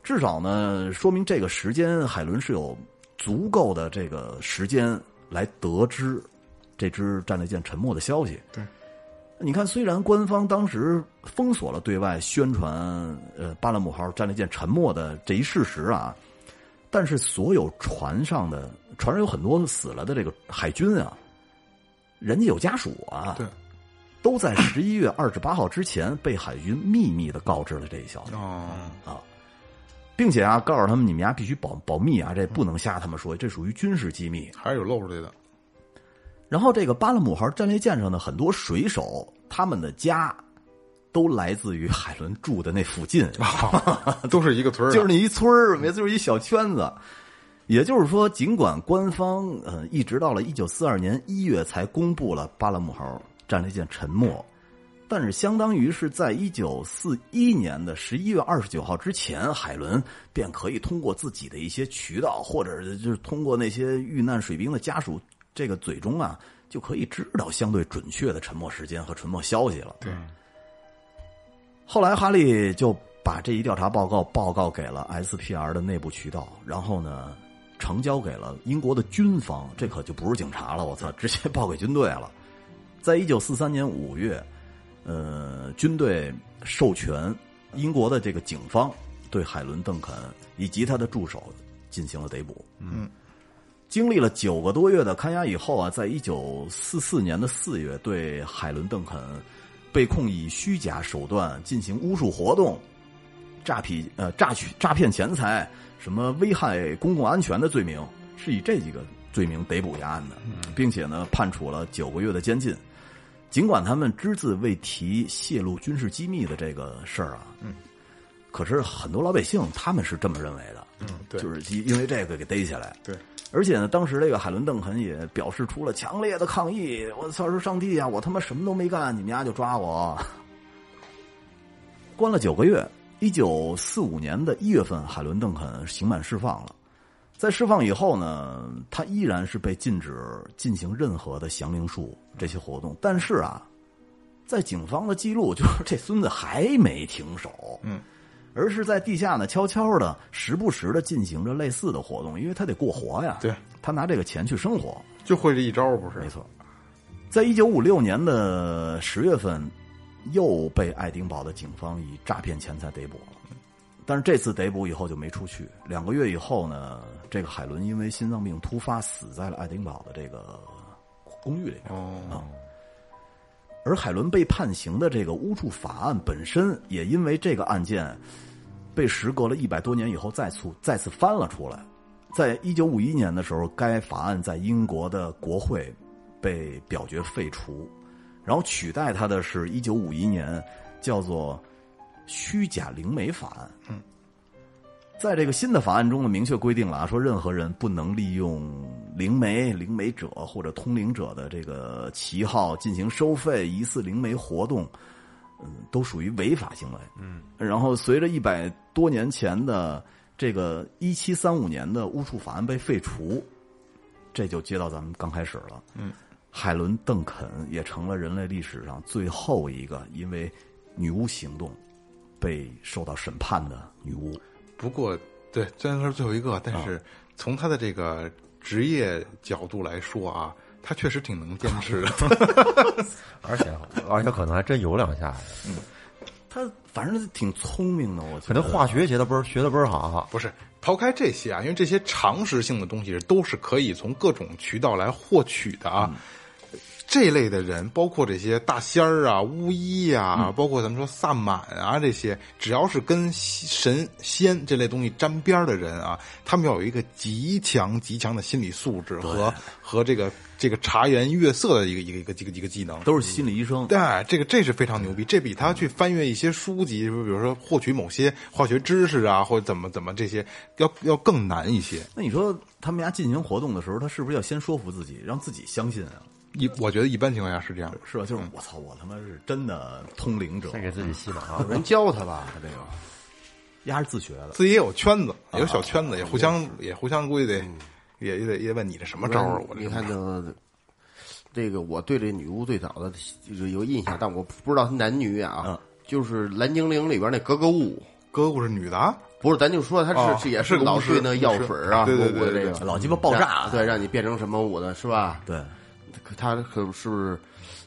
Speaker 3: 至少呢，说明这个时间海伦是有足够的这个时间来得知这支战列舰沉没的消息。
Speaker 1: 对，
Speaker 3: 你看，虽然官方当时封锁了对外宣传呃巴勒姆号战列舰沉没的这一事实啊，但是所有船上的船上有很多死了的这个海军啊，人家有家属啊，
Speaker 1: 对，
Speaker 3: 都在十一月二十八号之前被海军秘密的告知了这一消息。
Speaker 1: 哦，
Speaker 3: 并且啊，告诉他们你们家必须保保密啊，这不能瞎他们说，这属于军事机密。
Speaker 1: 还是有露出来的，
Speaker 3: 然后这个巴勒姆号战列舰上的很多水手，他们的家都来自于海伦住的那附近，
Speaker 1: 都是一个村儿的，
Speaker 3: 就是那一村儿，没就是一小圈子。也就是说，尽管官方呃一直到了一九四二年一月才公布了巴勒姆号战列舰沉没，但是相当于是在一九四一年的十一月二十九号之前，海伦便可以通过自己的一些渠道，或者就是通过那些遇难水兵的家属这个嘴中啊，就可以知道相对准确的沉没时间和沉没消息了。对。后来哈利就把这一调查报告报告给了 SPR 的内部渠道，然后呢，呈交给了英国的军方，这可就不是警察了，我操，直接报给军队了。在一九四三年五月，呃，军队授权英国的这个警方对海伦·邓肯以及他的助手进行了逮捕。
Speaker 1: 嗯，
Speaker 3: 经历了九个多月的看押以后啊，在一九四四年的四月，对海伦·邓肯被控以虚假手段进行巫术活动、诈骗呃诈取诈骗钱财、什么危害公共安全的罪名，是以这几个罪名逮捕一案的，并且呢判处了九个月的监禁。尽管他们只字未提泄露军事机密的这个事儿啊，嗯，可是很多老百姓他们是这么认为的，嗯，
Speaker 1: 对
Speaker 3: 就是因因为这个给逮起来，
Speaker 1: 对，
Speaker 3: 而且呢，当时这个海伦·邓肯也表示出了强烈的抗议。我操！说上帝啊，我他妈什么都没干，你们家就抓我。关了九个月，一九四五年的一月份，海伦·邓肯刑满释放了。在释放以后呢，他依然是被禁止进行任何的降灵术这些活动。但是啊，在警方的记录，就是这孙子还没停手。
Speaker 1: 嗯。
Speaker 3: 而是在地下呢悄悄的、时不时的进行着类似的活动，因为他得过活呀。
Speaker 1: 对，
Speaker 3: 他拿这个钱去生活。
Speaker 1: 就会这一招不是？
Speaker 3: 没错，在一九五六年的十月份，又被爱丁堡的警方以诈骗钱财逮捕了。但是这次逮捕以后就没出去。两个月以后呢，这个海伦因为心脏病突发死在了爱丁堡的这个公寓里边。
Speaker 1: 哦，
Speaker 3: 而海伦被判刑的这个巫术法案本身，也因为这个案件，被时隔了一百多年以后再次再次翻了出来。在一九五一年的时候，该法案在英国的国会被表决废除，然后取代它的是一九五一年叫做虚假灵媒法案。嗯，在这个新的法案中呢，明确规定了啊，说任何人不能利用灵媒、灵媒者或者通灵者的这个旗号进行收费疑似灵媒活动，嗯，都属于违法行为。嗯，然后随着一百多年前的这个一七三五年的巫术法案被废除，这就接到咱们刚开始了。嗯，海伦·邓肯也成了人类历史上最后一个因为女巫行动被受到审判的女巫。
Speaker 1: 不过对，虽然说是最后一个，但是从他的这个职业角度来说啊，他确实挺能坚持的。
Speaker 6: 而且而且可能还真有两下子，
Speaker 3: 他反正挺聪明的，我觉
Speaker 6: 可
Speaker 3: 得
Speaker 6: 能化学学的倍儿学的倍儿好，
Speaker 1: 不是，抛开这些啊，因为这些常识性的东西都是可以从各种渠道来获取的啊。这类的人，包括这些大仙儿啊、巫医啊，包括咱们说萨满啊这些，只要是跟西神仙这类东西沾边儿的人啊，他们要有一个极强极强的心理素质和和这个这个察言悦色的一个一个一个一个一个技能。
Speaker 3: 都是心理医生。
Speaker 1: 对，这个这是非常牛逼，这比他去翻阅一些书籍，比如说获取某些化学知识啊，或者怎么怎么这些，要要更难一些。
Speaker 3: 那你说他们家进行活动的时候，他是不是要先说服自己，让自己相信啊？
Speaker 1: 一我觉得一般情况下是这样的。
Speaker 3: 是吧？就是我操，我他妈是真的通灵者，
Speaker 6: 先给自己啊洗脑。
Speaker 2: 有人教他吧，他这个
Speaker 3: 丫是自学的。
Speaker 1: 自己也有圈子，也有小圈子，也互
Speaker 2: 啊
Speaker 1: 相也互相估计得，也也得也得问你这什么招儿啊？我
Speaker 2: 嗯你
Speaker 1: 这
Speaker 2: 看这，这个我对这女巫最早的就是有印象，但我不知道她男女啊
Speaker 3: 嗯，
Speaker 2: 就是《蓝精灵》里边那格格巫，
Speaker 1: 哥哥是女的啊，
Speaker 2: 不是，咱就说她
Speaker 1: 哦
Speaker 2: 是是也
Speaker 1: 是个巫
Speaker 2: 老
Speaker 1: 师
Speaker 2: 对那药
Speaker 1: 巫师
Speaker 2: 水啊，
Speaker 1: 对对
Speaker 2: 我我
Speaker 1: 对
Speaker 2: 这
Speaker 1: 对
Speaker 2: 个
Speaker 3: 老鸡巴爆炸啊
Speaker 2: 让，对，让你变成什么我的是吧？
Speaker 3: 对，
Speaker 2: 可他可是不是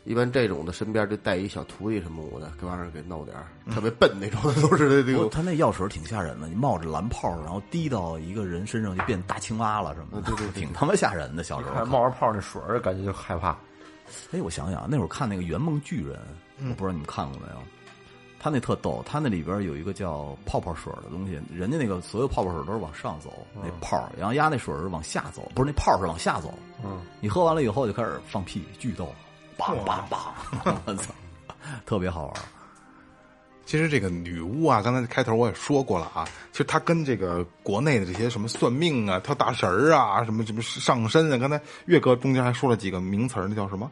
Speaker 2: 一般这种的身边就带一小徒弟什么我的，给往上给弄点儿特别笨那种的，都是这
Speaker 3: 不过
Speaker 2: 个。
Speaker 3: 他那药水挺吓人的，你冒着蓝泡，然后滴到一个人身上就变大青蛙了什么的，对对，挺他妈吓人的。小时候
Speaker 6: 还
Speaker 3: 看，
Speaker 6: 冒着泡那水儿，感觉就害怕。
Speaker 3: 哎，我想想，那会儿看那个《圆梦巨人》，我不知道你们看过没有？他那特逗，他那里边有一个叫泡泡水的东西，人家那个所有泡泡水都是往上走，那泡儿，然后压那水是往下走，不是那泡儿是往下走。
Speaker 6: 嗯，
Speaker 3: 你喝完了以后就开始放屁，巨逗，梆梆梆， [LAUGHS] 我操，特别好玩儿。
Speaker 1: 其实这个女巫啊，刚才开头我也说过了啊，其实她跟这个国内的这些什么算命啊、跳大神儿啊、什么什么上身啊，刚才岳哥中间还说了几个名词儿，那叫什么？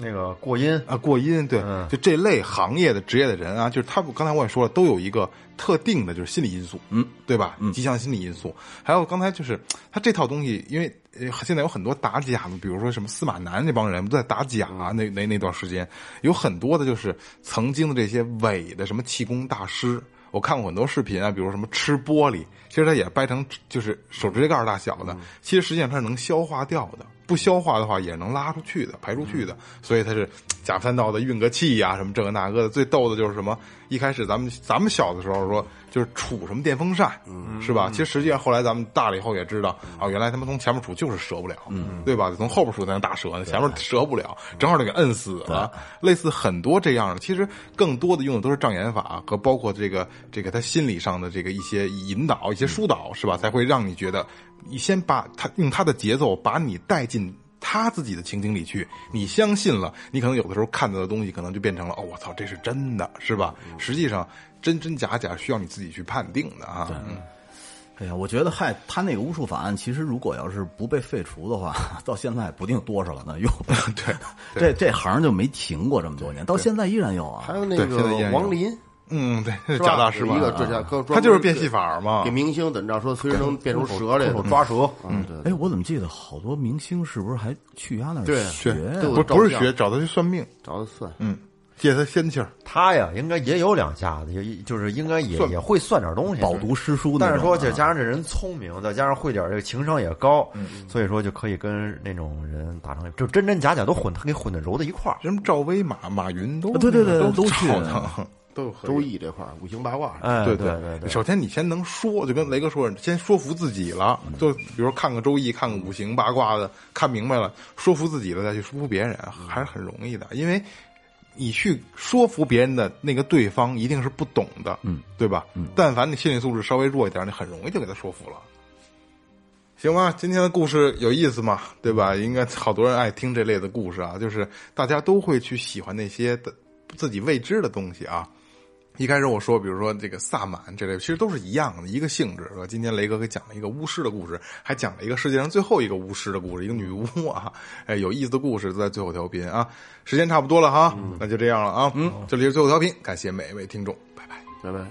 Speaker 6: 那个过阴，
Speaker 1: 啊，过阴，对，
Speaker 6: 嗯
Speaker 1: 就这类行业的职业的人啊，就是他们刚才我也说了，都有一个特定的，就是心理因素，嗯，对吧？吉祥心理因素，还有刚才就是他这套东西，因为呃现在有很多打假的，比如说什么司马南那帮人不都在打假、啊那那那段时间，有很多的就是曾经的这些伪的什么气功大师。我看过很多视频啊，比如什么吃玻璃，其实它也掰成就是手指甲盖儿大小的，其实实际上它是能消化掉的，不消化的话也能拉出去的、排出去的，所以它是假三道的运个气呀、什么这个那个的。最逗的就是什么，一开始咱们咱们小的时候说就是杵什么电风扇，是吧？其实实际上后来咱们大了以后也知道啊，原来他们从前面杵就是折不了，对吧？从后边杵才能打折呢，前面折不了，正好就给摁死了。类似很多这样的，其实更多的用的都是障眼法和包括这个这个他心理上的这个一些引导、一些疏导，是吧？才会让你觉得你先把他用他的节奏把你带进。他自己的情景里去，你相信了，你可能有的时候看到的东西，可能就变成了哦，我操，这是真的，是吧？实际上真真假假需要你自己去判定的啊。嗯
Speaker 3: 哎呀，我觉得害他那个巫术法案，其实如果要是不被废除的话， [LAUGHS] 到现在不定多少了呢，又对，这这行就没停过这么多年，到现在依然有啊
Speaker 2: 还。有那
Speaker 1: 对现在也
Speaker 2: 个
Speaker 1: 有
Speaker 2: 王林
Speaker 1: 嗯，对，
Speaker 2: 是吧
Speaker 1: 贾大师
Speaker 2: 有
Speaker 1: 嘛啊
Speaker 2: 一，个专家，专
Speaker 1: 他就是变戏法
Speaker 2: 专门
Speaker 1: 嘛
Speaker 2: 给。明星怎么着说，随时能变出蛇来，抓蛇，嗯，对
Speaker 3: 哎，我怎么记得好多明星是不是还去他那
Speaker 2: 对
Speaker 3: 儿学呀？
Speaker 2: 对
Speaker 1: 不不是
Speaker 2: 照
Speaker 1: 学，找他去算命，
Speaker 2: 找他算，
Speaker 1: 嗯，借他仙气儿。
Speaker 6: 他呀应该也有两下子，也就是应该也
Speaker 1: 算
Speaker 6: 也会算点东西，
Speaker 3: 饱读诗书那种啊，
Speaker 6: 但是说，就加上这人聪明，再加上会点这个情商也高，所以说就可以跟那种人打成，就真真假假都混，他给混的揉在一块儿。
Speaker 1: 什么赵薇、马马云都
Speaker 3: 啊对对对
Speaker 1: 都
Speaker 3: 都去
Speaker 1: 找他，都有合
Speaker 2: 周
Speaker 1: 影
Speaker 2: 易这块儿五行八卦，
Speaker 6: 哎，
Speaker 1: 对
Speaker 6: 对对
Speaker 1: 首先你先能说，就跟雷哥说，先说服自己了。
Speaker 6: 嗯
Speaker 1: 就比如看个周易，看个五行八卦的，看明白了，说服自己了，再去说服别人，
Speaker 6: 嗯
Speaker 1: 还是很容易的。因为你去说服别人的那个对方一定是不懂的，嗯，对吧？但凡你心理素质稍微弱一点，你很容易就给他说服了。行吧，今天的故事有意思嘛，对吧？
Speaker 6: 嗯
Speaker 1: 应该好多人爱听这类的故事啊，就是大家都会去喜欢那些的自己未知的东西啊。一开始我说，比如说这个萨满这类，其实都是一样的一个性质。是吧？今天雷哥给讲了一个巫师的故事，还讲了一个世界上最后一个巫师的故事，一个女巫啊，哎，有意思的故事都在最后调频啊。时间差不多了哈，那就这样了啊。嗯，这里是最后调频，感谢每一位听众，拜拜。
Speaker 2: 拜拜。